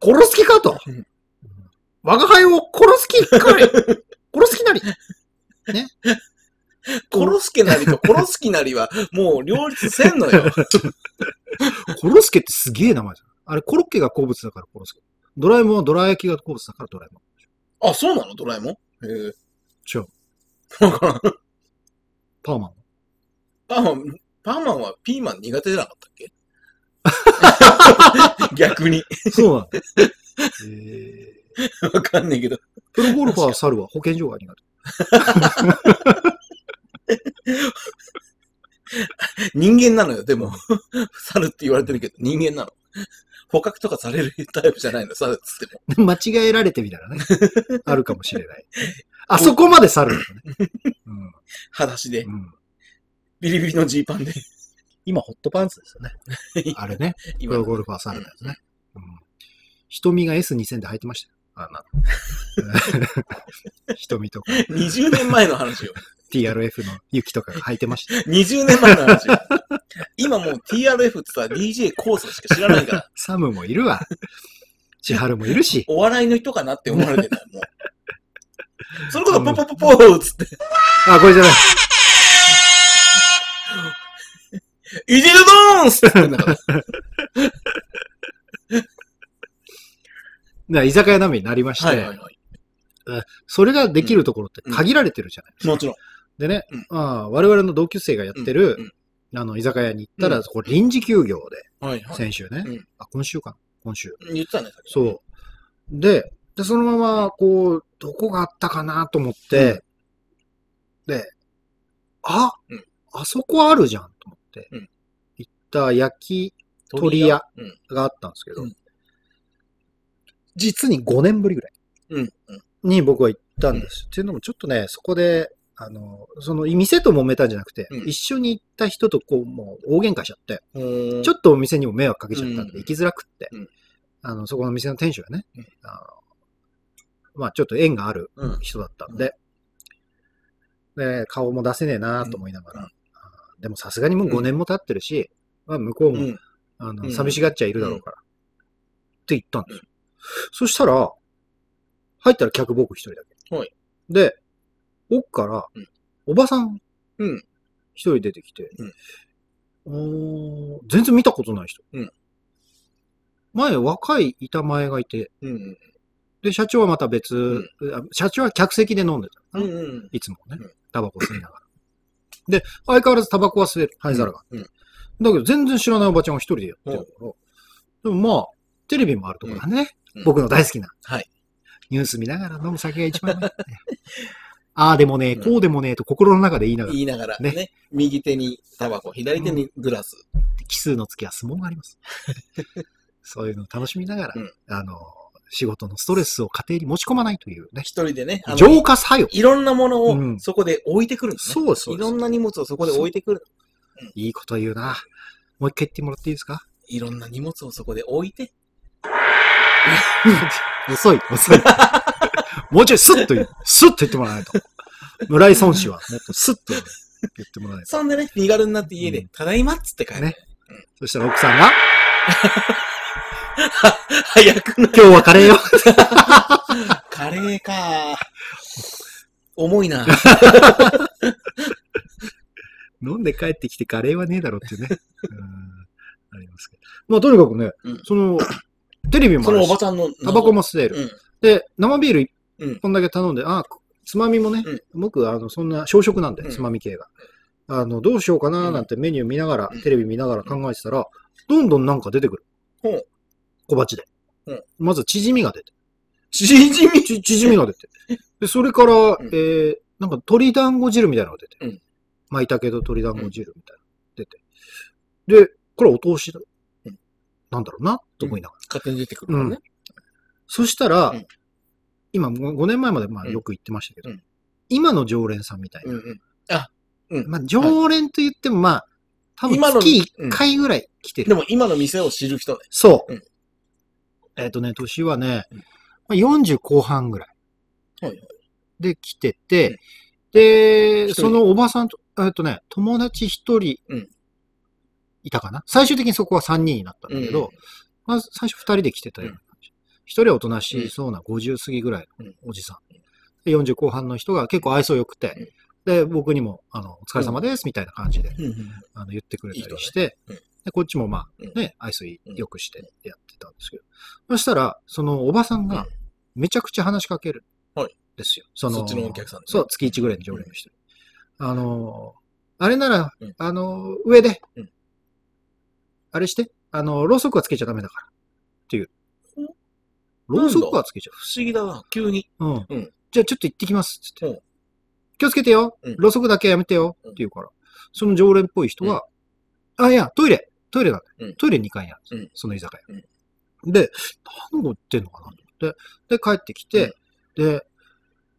A: 殺す気かと
B: うん。
A: 我が輩を殺す気
B: (laughs)
A: かい殺す気なり。
B: 殺す気なりと殺す気なりはもう両立せんの
A: (laughs)
B: よ。
A: 殺す気ってすげえ名前じゃん。あれ、コロッケが好物だから殺す気。ドラえもんはドラ焼きが好物だからドラえもん。
B: あ、そうなのドラえもん
A: 違
B: え
A: う。
B: え。わからん。
A: パーマン。
B: パーマン、パーマンはピーマン苦手じゃなかったっけ
A: (laughs)
B: 逆に。
A: そうなんだ。えー
B: わかんないけど。
A: プロゴルファー猿は保健所が苦手。
B: 人間なのよ、でも。 (laughs) 猿って言われてるけど、人間なの。捕獲とかされるタイプじゃないの、猿っつって
A: (laughs)
B: も。
A: 間違えられてみたらね。あるかもしれない。あそこまで猿だね。うん
B: 裸足で、
A: うん
B: ビリビリのジーパンで。
A: 今、ホットパンツですよね。あれね。プ
B: (laughs) 今
A: ロ、ゴルファーさんのやつね。うん。瞳が S2000 で履いてましたよ。あんなの。 (laughs) 瞳とか
B: 20年前の話よ。
A: TRF の雪とかが履いてましたよ。
B: 20年前の話よ。今もう TRF ってさ、DJ コースしか知らないから、
A: サムもいるわ。千春もいるし。
B: お笑いの人かなって思われてたよ、もう。それこそポポポポーっつって、
A: あ、これじゃない。
B: イジルドーンっつってんだから。
A: な居酒屋並みになりまして、
B: はいはいはい。
A: それができるところって限られてるじゃないですか。
B: もちろん。
A: でね、
B: うん
A: ああ我々の同級生がやってる、
B: うん
A: あの居酒屋に行ったら、
B: うん
A: そこ臨時休業
B: はいは
A: で、
B: い。
A: 先週ね、
B: うん
A: あ、今週かな、今週。
B: 言ってたね、さっき。
A: そう。で、でそのまま、こう、どこがあったかなと思って、で、あ、
B: うん
A: あそこあるじゃんと思って、
B: うん
A: 行った焼き鳥屋
B: 鳥屋うん
A: があったんですけど、
B: うん
A: 実に5年ぶりぐらい
B: うん。うん。
A: に僕は行ったんです。っていうのも、ちょっとね、そこで、あの、その、店と揉めたんじゃなくて、
B: うん
A: 一緒に行った人とこう、もう大喧嘩しちゃって、
B: ちょ
A: ちょっとお店にも迷惑かけちゃったん
B: うん
A: で、行きづらくって、
B: うん
A: あの、そこの店の店主がね、
B: うん
A: あのまあ、ちょっと縁がある
B: うん
A: 人だったんで、で、顔も出せねえなと思いながら、
B: うん
A: あーでもさすがにもう5年も経ってるし、まあ、向こうも、
B: うん
A: あ
B: う
A: の
B: ん
A: 寂しがっちゃいるだろうから、って言ったんですよ。そしたら、入ったら客僕一人だけ。
B: はい
A: で、奥から
B: うん、
A: おばさん
B: うん、
A: 一人出てきて、おー全然見たことない人。
B: うん
A: 前、若い板前がいて、
B: うん。
A: で、社長はまた別、あ社長は客席で飲んでた
B: う
A: の
B: ん
A: かな、
B: うん。
A: いつもね
B: うん、
A: タバコ吸いながら。で、相変わらずタバコは吸える、灰皿が。
B: うん。
A: だけど、全然知らないおばちゃんが一人でやってるから、でもまあ、テレビもあるところだね、
B: うん
A: 僕の大好きな。
B: はい
A: ニュース見ながら飲む酒が一番う
B: (laughs)
A: まい、ね。ああでもねえ、
B: うん
A: こうでもねえと心の中で言いながら
B: 言、いながら、
A: ね
B: ね。右手にタバコ、左手にグラス。
A: 奇数の月は相撲があり
B: (laughs)
A: ます。そういうのを楽しみながら、
B: うん
A: あの、仕事のストレスを家庭に持ち込まないというね、
B: 一人でね、あの
A: 浄化作用。
B: いろんなもの
A: う
B: を
A: ん
B: そこで置いてくるのね。
A: そうですそう
B: い
A: です
B: ろんな荷物をそこで置いてくる。
A: いいこと言うな。もう一回言ってもらっていいですか
B: いろんな荷物をそこで置いて。
A: (laughs) 遅い、遅い。もうちょいスッと言う。スッと言ってもらわないと。村井孫氏はもっとスッと言ってもらわないと。
B: そんでね、身軽になって家で、
A: うん
B: ただいまっつって帰る。
A: ねそしたら奥さんが、
B: (laughs) 早くな。
A: 今日はカレーよ。
B: カレーか。重
A: (laughs)
B: いな。
A: 飲んで帰ってきてカレーはねえだろっていうね。うんありますけど。まあとにかくね、
B: うん
A: その、テレビも
B: そ
A: あ
B: の
A: る
B: おば
A: し、
B: ちゃんの。
A: タバコ
B: も。
A: も吸え
B: う
A: る。
B: ん。
A: で、生ビール
B: うん
A: 1本だけ頼んで、ああ、つまみもね、僕、あの、そんな、小食なん
B: う
A: で、
B: ん
A: つまみ系が。あの、どうしようかななんてメニュー見ながら
B: うん、
A: テレビ見ながら考えてたら、どんどんなんか出てくる
B: ほう。
A: 小鉢で
B: うん。
A: まず、縮みが出て。
B: 縮み
A: ち縮みが出て。で、それから、
B: ん
A: えー、なんか鶏団子汁みたいなのが出て。
B: うん
A: 舞茸と鶏団子汁みたいなのが出て。で、これお通しだ。
B: うん
A: なんだろうな、と思いながら。
B: 勝手に出てくるからね。
A: そしたら、
B: うん
A: 今5、ご年前までまあ
B: うん
A: よく言ってましたけど、
B: うん
A: 今の常連さんみたいな。
B: うんうん。
A: まあ、常連と言っても、まあ、多分
B: 今の
A: 月1回ぐらい来てる。
B: でも今の店を知る人ね。
A: そう。
B: うん
A: えっ、とね、年はね
B: うん、
A: まあ、40後半ぐらい
B: はいはい。
A: で来て
B: うん
A: て、
B: 一
A: で、
B: 人
A: そのおばさんと、えっ、とね、友達一人
B: うん
A: いたかな。最終的にそこは3人になったんだけど、まず最初2人で来てたような感じ。1人はおとなしそうな50過ぎぐらいのおじさん。で40後半の人が結構愛想よくて、で、僕にも、あの、お疲れ様ですみたいな感じで、
B: うん。うんうん
A: あの言ってくれたりして、
B: いい人だね
A: でこっちもま
B: うん
A: あ、ね、愛想よくしてやってたんですけど、そしたら、そのおばさん
B: うん
A: がめちゃくちゃ話しかける
B: はい
A: ですよ。そ
B: そっちのお客さんね
A: そう、月1ぐらいの常連の人に。あのー、あれなら
B: うん、
A: あのー、上で
B: うん、
A: あれして、あのー、ろうそくはつけちゃダメだからっていう。
B: ん
A: ろうそくはつけちゃ
B: 不思議だな、急に。
A: う。うん
B: うん
A: じゃあちょっと行ってきます。つっ
B: うん
A: て。気をつけてよ
B: うん。
A: ろうそくだけやめてよ。って言うから。その常連っぽい人が、あ、いや、トイレ。トイレなんだ
B: うん
A: よ。トイレ2階にあるん
B: う
A: で
B: ん
A: す。その居酒屋。で、何を言ってんのかなと思って。で、帰ってきて、で、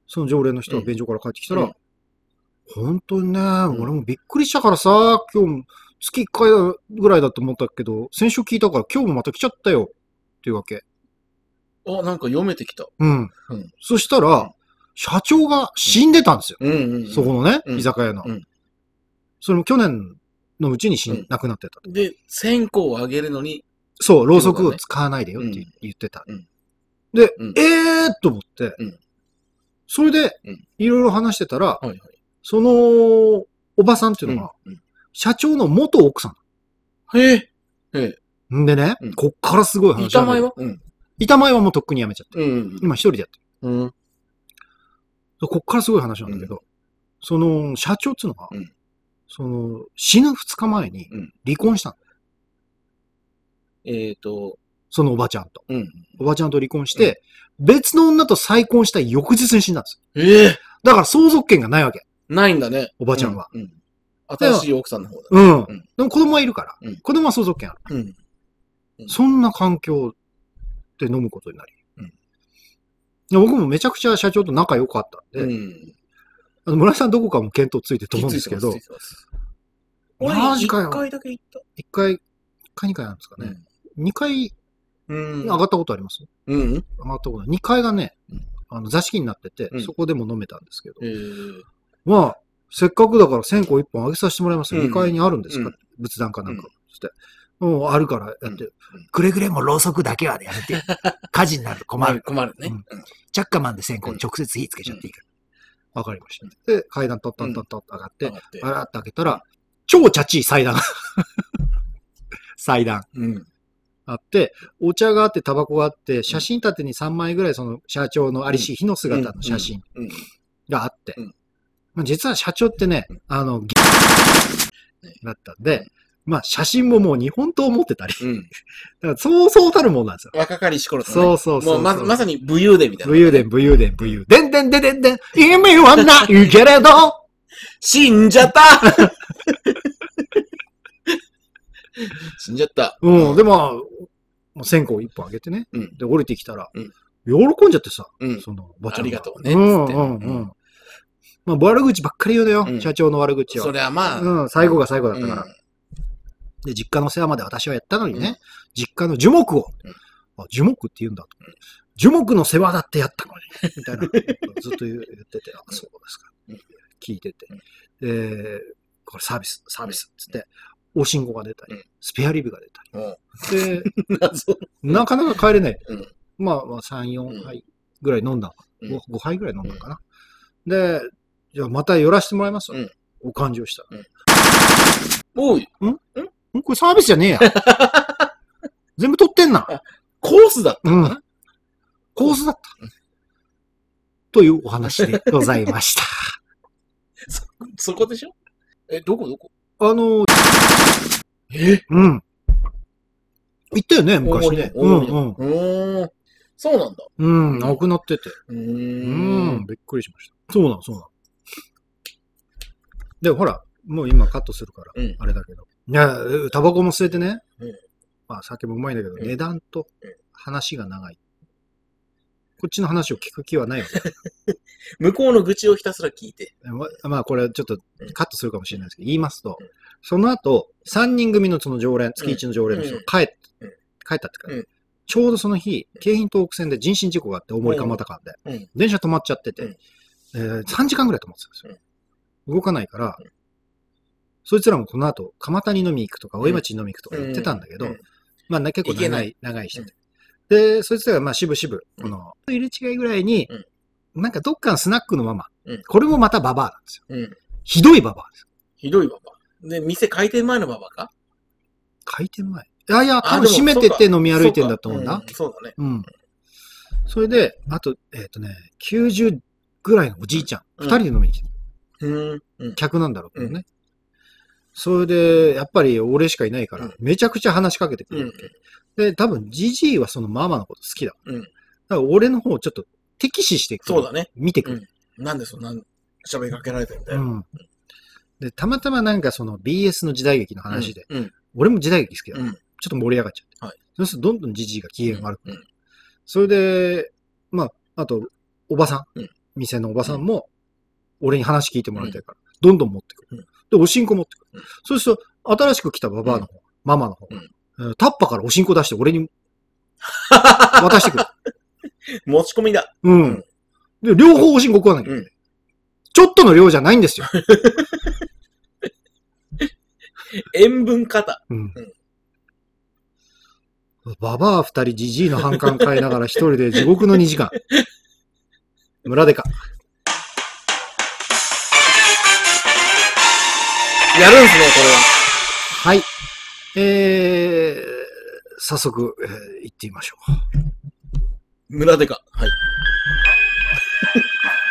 A: その常連の人が便所から帰ってきた
B: うん
A: ら、本当にね、
B: ん
A: 俺もびっくりしたからさ、今日、月1回ぐらいだと思ったけど、先週聞いたから今日もまた来ちゃったよ。っていうわけ。
B: あ、なんか読めてきた。
A: うん
B: うん。
A: そしたら、社長が死んでたんですよ
B: うんうんうん。
A: そこのね、
B: うん
A: 居酒屋の、
B: うん
A: それも去年のうちに死ん、
B: うん
A: 亡くなってたと。
B: で、線香をあげるのに、
A: そう、ろうそくを使わないでよって
B: うん
A: 言ってた。
B: うん
A: で、
B: うん
A: えーと思って、
B: うん
A: それで
B: うん、
A: いろいろ話してたら、
B: はいはい。
A: その、おばさんっていうのが、
B: うん
A: 社長の元奥さ
B: うんへえ。
A: ん。んでね、
B: うん
A: こっからすごい話。
B: 板前はうん。
A: 板前はもうとっくに辞めちゃって。
B: うん。
A: 今一人でやってる。
B: うん。
A: でこっからすごい話なんだけど、その、社長っていうのが、
B: うん
A: その、死ぬ2日前に
B: うん
A: 離婚したの。
B: えっと、
A: そのおばちゃんと。
B: うん。
A: おばちゃんと離婚して、別の女と再婚した翌日に死んだんですよ。
B: ええ。
A: だから相続権がないわけ。
B: ないんだね。
A: おばちゃんは。
B: うん。うん新しい奥さんの方だ。
A: うん。
B: ん
A: でも子供はいるから、
B: うん
A: 子供は相続権ある。
B: うん。
A: そんな環境で飲むことになり。
B: うん
A: で僕もめちゃくちゃ社長と仲良かったんで、
B: うん。
A: あの村井さんどこかも見当ついてると思うんですけど
B: 気づい、てます。気づいてます
A: マジかよ
B: 俺、一回だけ行っ
A: 一回、一回二回なんですか
B: た。
A: ね。二、回
B: うん。
A: 上がったことあります、
B: うん。
A: 上がったことない。二階がね
B: うん、
A: あの座敷になってて、
B: うん
A: そこでも飲めたんですけど、
B: ええ。
A: まあ、せっかくだから線香一本あげさせてもらいますよ。
B: うん
A: 2階にあるんですか、
B: うん
A: 仏壇かなんか。つって。もうあるからやって。くれぐれもろうそくだけはやめ
B: (laughs)
A: て。火事になると困る。
B: 困るね。
A: うんチャッカマンで線香に直接火つけちゃっていいから。わ、かりました。で、階段とったんとったんと上がって、
B: 上がって
A: あらって開けたら、超チャチい
B: (laughs)
A: 祭壇が。祭壇
B: うん。
A: あって、お茶があって、タバコがあって、写真立てに3枚ぐらいその社長のありし日の姿の写真
B: うん。
A: があって、
B: うん
A: まあ、実は社長ってね
B: うん、
A: あの、ぎ
B: ね
A: だったんで、
B: うん
A: まあ写真ももう日本刀持ってたり、 (laughs)
B: うん。
A: だからそうそうたるもんなんですよ。
B: 若かりし頃だね
A: そうそうそうそう。
B: もうま、まさに武勇伝みたいな。
A: 武勇伝、武勇伝、武勇伝。でんでんでんでんでん、意味はないけれど、
B: 死んじゃった (laughs) 死んじゃった。
A: うん、でも、もう線香一本あげてね、
B: うん
A: で、降りてきたら、
B: うん
A: 喜んじゃってさ、
B: うん。
A: その、ばちゃん
B: ありがとうね
A: う
B: つ
A: んう
B: って
A: んう。
B: うん
A: まあ、悪口ばっかり言うのよ、
B: うん
A: 社長の悪口
B: そ
A: は。
B: れはまあ、
A: うん、最後が最後だった
B: うん
A: から。で、実家の世話まで私はやったのにね、
B: うん
A: 実家の樹木を、あ、樹木って言うんだと思って。樹木の世話だってやったのに、みたいな、ずっと言ってて、あ、そうですか
B: うん。
A: 聞いてて。で、これサービス、サービスっつって、お信号が出た
B: う
A: り
B: ん、
A: スペアリブが出た
B: うん
A: り。で、
B: 謎
A: なかなか帰れない。
B: うん
A: まあ、まあ、3、
B: うん
A: 4杯ぐらい飲んだ
B: う
A: の
B: ん
A: か、5, 杯ぐらい飲んだのかな。で、じゃあまた寄らせてもらいますよ。
B: うん
A: お勘定したら。
B: おい、 (laughs)
A: んこれサービスじゃねえや。全部取ってんな。
B: コースだったのかな、
A: コースだった。というお話でございました。
B: そこでしょえ、どこどこ
A: (laughs) あの、
B: え
A: うん。言ったよね、
B: 大
A: 昔
B: 盛りね
A: ね。。う
B: 大盛りね
A: ん
B: うーん。そうなんだ。
A: うん。うん、なくなってて。う
B: うー
A: ん、
B: ん。
A: びっくりしました。そうなの、そうなの。でもほら、もう今カットするから、
B: うん
A: あれだけど。いや、タバコも吸えてね。
B: うん
A: まあ、酒もうまいんだけど、
B: ん
A: 値段と
B: うん
A: 話が長い。こっちの話を聞く気はないわけ。
B: 向こうの愚痴をひたすら聞いて。
A: ままあ、これちょっと
B: うん
A: カットするかもしれないですけど、言いますと
B: うん、
A: その後、3人組のその常連、月1の常連の人が帰っ
B: うん
A: 帰ったってか
B: うん、
A: ちょうどその日、京浜東北線で人身事故があって、大森蒲田間
B: う
A: で
B: ん、
A: 電車止まっちゃって
B: う
A: て
B: ん、
A: えー3時間ぐらい止まってたんですよ。動かないから、そいつらもこの後、蒲田に飲み行くとか、大江町に飲み行くとか言ってたんだけど
B: うん、
A: まあね、結構
B: いけ
A: 長、
B: ない
A: 長い人
B: うん
A: で。で、そいつらがまあ渋々、この、入れ違いぐらいに
B: うん、
A: なんかどっかのスナックのママ
B: うん、
A: これもまたババアなんですよ。
B: うん。
A: ひどいババアです。
B: ひどいババ。で、店開店前のババか
A: 開店前。いやいや、多
B: あ
A: 分
B: でも
A: 閉めてって飲み歩いてんだと思う
B: そ
A: な
B: か。そうだね。
A: うん。それで、あと、えっ、とね、90ぐらいのおじいちゃん、
B: うん
A: 二人で飲みに来てる、
B: うん。うん。
A: 客なんだろうけどね。それで、やっぱり俺しかいないから、
B: うん
A: めちゃくちゃ話しかけてく
B: う
A: る。
B: ん。
A: で、多分、ジジイはそのママのこと好きだ。
B: うん
A: だから俺の方をちょっと敵視してくる
B: そうだね。
A: 見てくる。
B: なんでそんな喋りかけられてんだ
A: う
B: よ。
A: ん。で、たまたまなんかその BS の時代劇の話で、
B: うん。
A: 俺も時代劇好きだ
B: う。ん。
A: ちょっと盛り上がっちゃって。
B: はい
A: そうするとどんどんじじいが機嫌悪くなる。
B: うん
A: それで、まあ、あと、おばさん,、
B: うん
A: 店のおばさんも、俺に話聞いてもらいたいから、どんどん持ってくる。で、おしんこ持ってくる。
B: うん
A: そうすると、新しく来たババアの方、ママの方、
B: うん
A: えータッパからおしんこ出して俺に渡してくる。
B: 持ち込みだ。
A: うん。
B: うん
A: で、両方おしんこ食わなきゃいけない。ちょっとの量じゃないんですよ。
B: 塩分型。
A: うん。ババア二人、じじいの反感変えながら一人で地獄の2時間。村でか。
B: やるんすね、これ
A: は
B: は。
A: い。えー、早速、えー行ってみましょう。
B: 村でか。はい。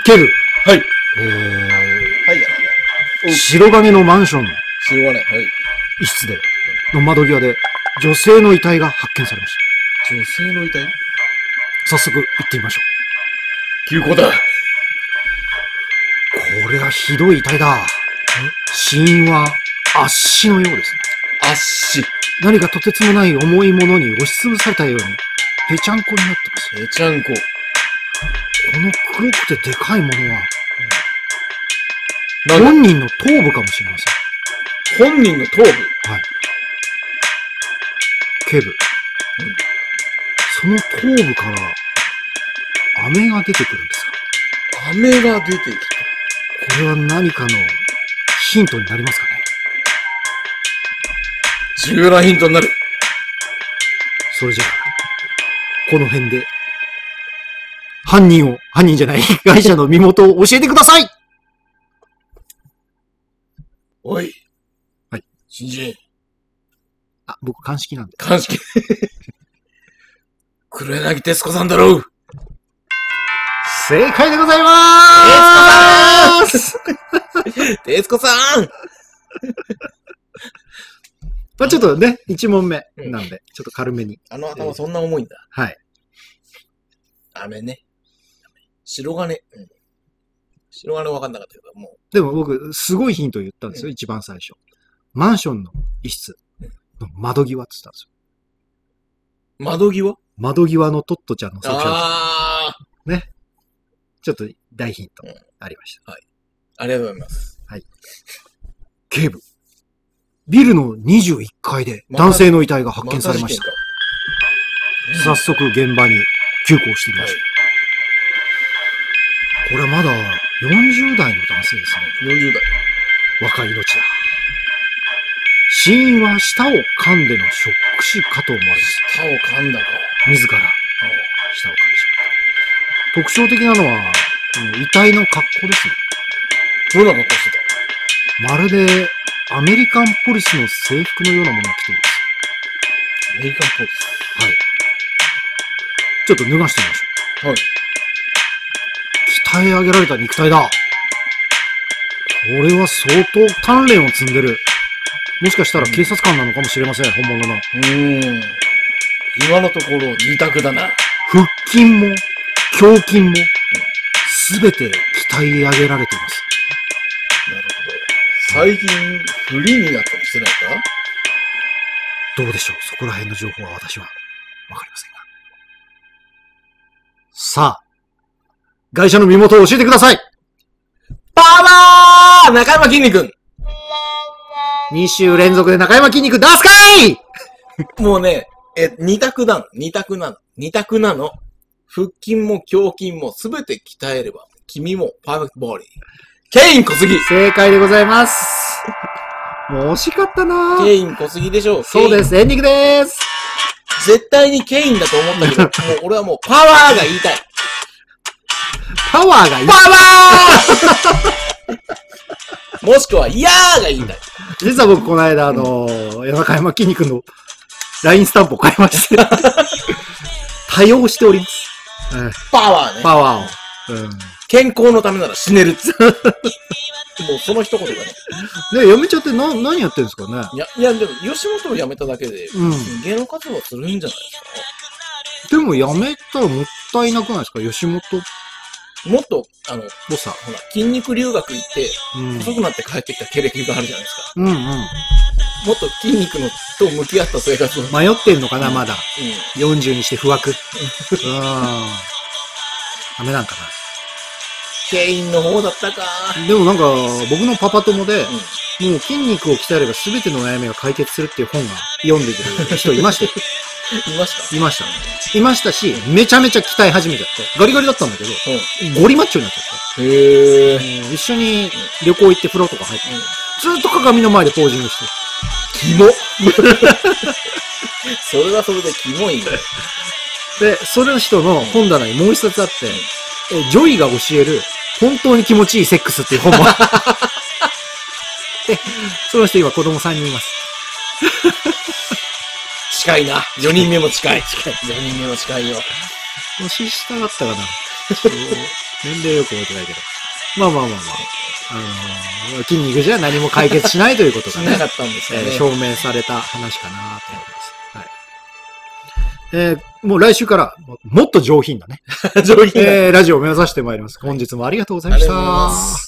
A: ケル。
B: はい。
A: え
B: はい、じゃないよ。
A: ー、白金のマンションの
B: しょうがない。はい。
A: 一室で、の窓際で、女性の遺体が発見されまし
B: 女性の遺体
A: た。早速、行ってみましょ
B: 急行だ。
A: う。これはひどい遺体だ。死因は、圧死のようですね。
B: あっし。
A: 何かとてつもない重いものに押しつぶされたように、ぺちゃんこになってます。
B: えちゃんこ。
A: この黒くてでかいものは、
B: なんだ
A: 本人の頭部かもしれません。
B: 本人の頭部。
A: 警部。その頭部から、飴が出てくるんですか
B: 飴が出てき
A: これは何かのヒントになりますかね
B: た。重要なヒントになる。
A: それじゃあ、この辺で、犯人を、犯人じゃない、 (laughs) 被害者の身元を教えてください
B: おい。
A: はい。
B: 新人、
A: あ、僕、鑑識なんで。
B: 鑑識。 (laughs) 黒柳徹子さんだろう。
A: 正解でございまーす
B: 徹子さん
A: まあちょっとね、一問目なんで、ちょっと軽めに。
B: あの頭そんな重いんだ。
A: はい。
B: 飴ね。白金。うん。白金わかんなかったけど、も
A: でも僕、すごいヒントを言ったんですよ、
B: う
A: 一番最初。マンションの一室の窓際って言ったんですよ。
B: う、窓際
A: 窓際のトットちゃんの作品。
B: ああ
A: ちょっと大ヒント
B: うん
A: ありました。
B: ありがとうございます。
A: 警部。ビルの21階で男性の遺体が発見されました。
B: た
A: 早速現場に急行してみましょう。これはまだ40代の男性ですね。
B: 40代。
A: 若い命だ。死因は舌を噛んでのショック死かと思われます。
B: 舌を噛んだか。
A: 自ら舌を噛んでしまった。特徴的なのは、うん遺体の格好ですね。
B: どんな格好してた
A: まるでアメリカンポリスの制服のようなものを着ています。
B: アメリカンポーズ。
A: はい。ちょっと脱がしてみましょう。
B: はい。
A: 鍛え上げられた肉体だ。これは相当鍛錬を積んでる。もしかしたら警察官なのかもしれません、本物の。
B: うーん。今のところ二択だな。
A: 腹筋も、胸筋も、すべて鍛え上げられています。
B: なるほど。最近、フリーになったりしてないか
A: どうでしょうそこら辺の情報は私はわかりませんが。さあ、会社の身元を教えてください
B: パワー中山きんに君
A: !2 週連続で中山筋肉出すかい
B: もうね、え、二択なの。二択なの。二択なの。腹筋も胸筋もすべて鍛えれば、君もパーフェクトボディ。ケイン小杉
A: 正解でございます。もう惜しかったな
B: ケイン小杉でしょ。
A: そうですす、エンディングです。
B: ケイン絶対にケインだと思ったけど、もう俺はもうパワーが言いたい。
A: パワーがいい
B: パ。ワーもしくは、いやーが言いたい。
A: 実は僕、この間、あのー、中山筋肉の LINE スタンプを買いまして、 (laughs) 多用しております。え
B: パワー
A: え
B: ね。
A: パワーを。うん
B: 健康のためなら死ねるっつ。 (laughs) もうその一言がね。
A: ね、やめちゃってな、何やってるんですかね
B: いや、いや、でも、吉本を辞めただけで、
A: うん。
B: 芸能活動はするんじゃないです
A: で
B: か
A: もやめたらもったいなくないですか吉本っ
B: もっと、あの、
A: ぽさ。
B: ほら、筋肉留学行って、
A: うん。
B: 細くなって帰ってきた経歴があるじゃないですか。
A: うんうん。
B: もっと筋肉のと向き合った生活を。うん。
A: 迷ってんのかな、まだ。40にして不 (laughs) 惑。うん。ダメなんか
B: 原因の方だったか。
A: な。でもなんか、僕のパパ友で、
B: うん。
A: もう筋肉を鍛えれば全ての悩みが解決するっていう本が読んでる人いましたよ。
B: いました
A: いましたね。いましたし、めちゃめちゃ鍛え始めちゃって。ガリガリだったんだけど、ゴリマッチョになっちゃって。
B: うん。へぇー。
A: 一緒に旅行行って風呂とか入って、ずっと鏡の前でポージングして。
B: キ (laughs) モそれはそれでキモいね。
A: で、その人の本棚にもう一冊あって、えジョイが教える本当に気持ちいいセックスっていう本も。で、その人今子供3人います。
B: 近いな。4人目も近い。 (laughs) 近い。4人目も近いよ。
A: 年下だったかな。ちょっと年齢よく覚えてないけど。まあまあまあまあ。あのー筋肉じゃ何も解決しないということ
B: し
A: が
B: (laughs) な
A: ね
B: か、ったんですよ
A: えー
B: ね。
A: 証明された話かなと思います。はい。えーもう来週からももっと上品なね、
B: (laughs) 上品な
A: えーラジオを目指してまいります。本日もありがとうございました。
B: ありがとうございます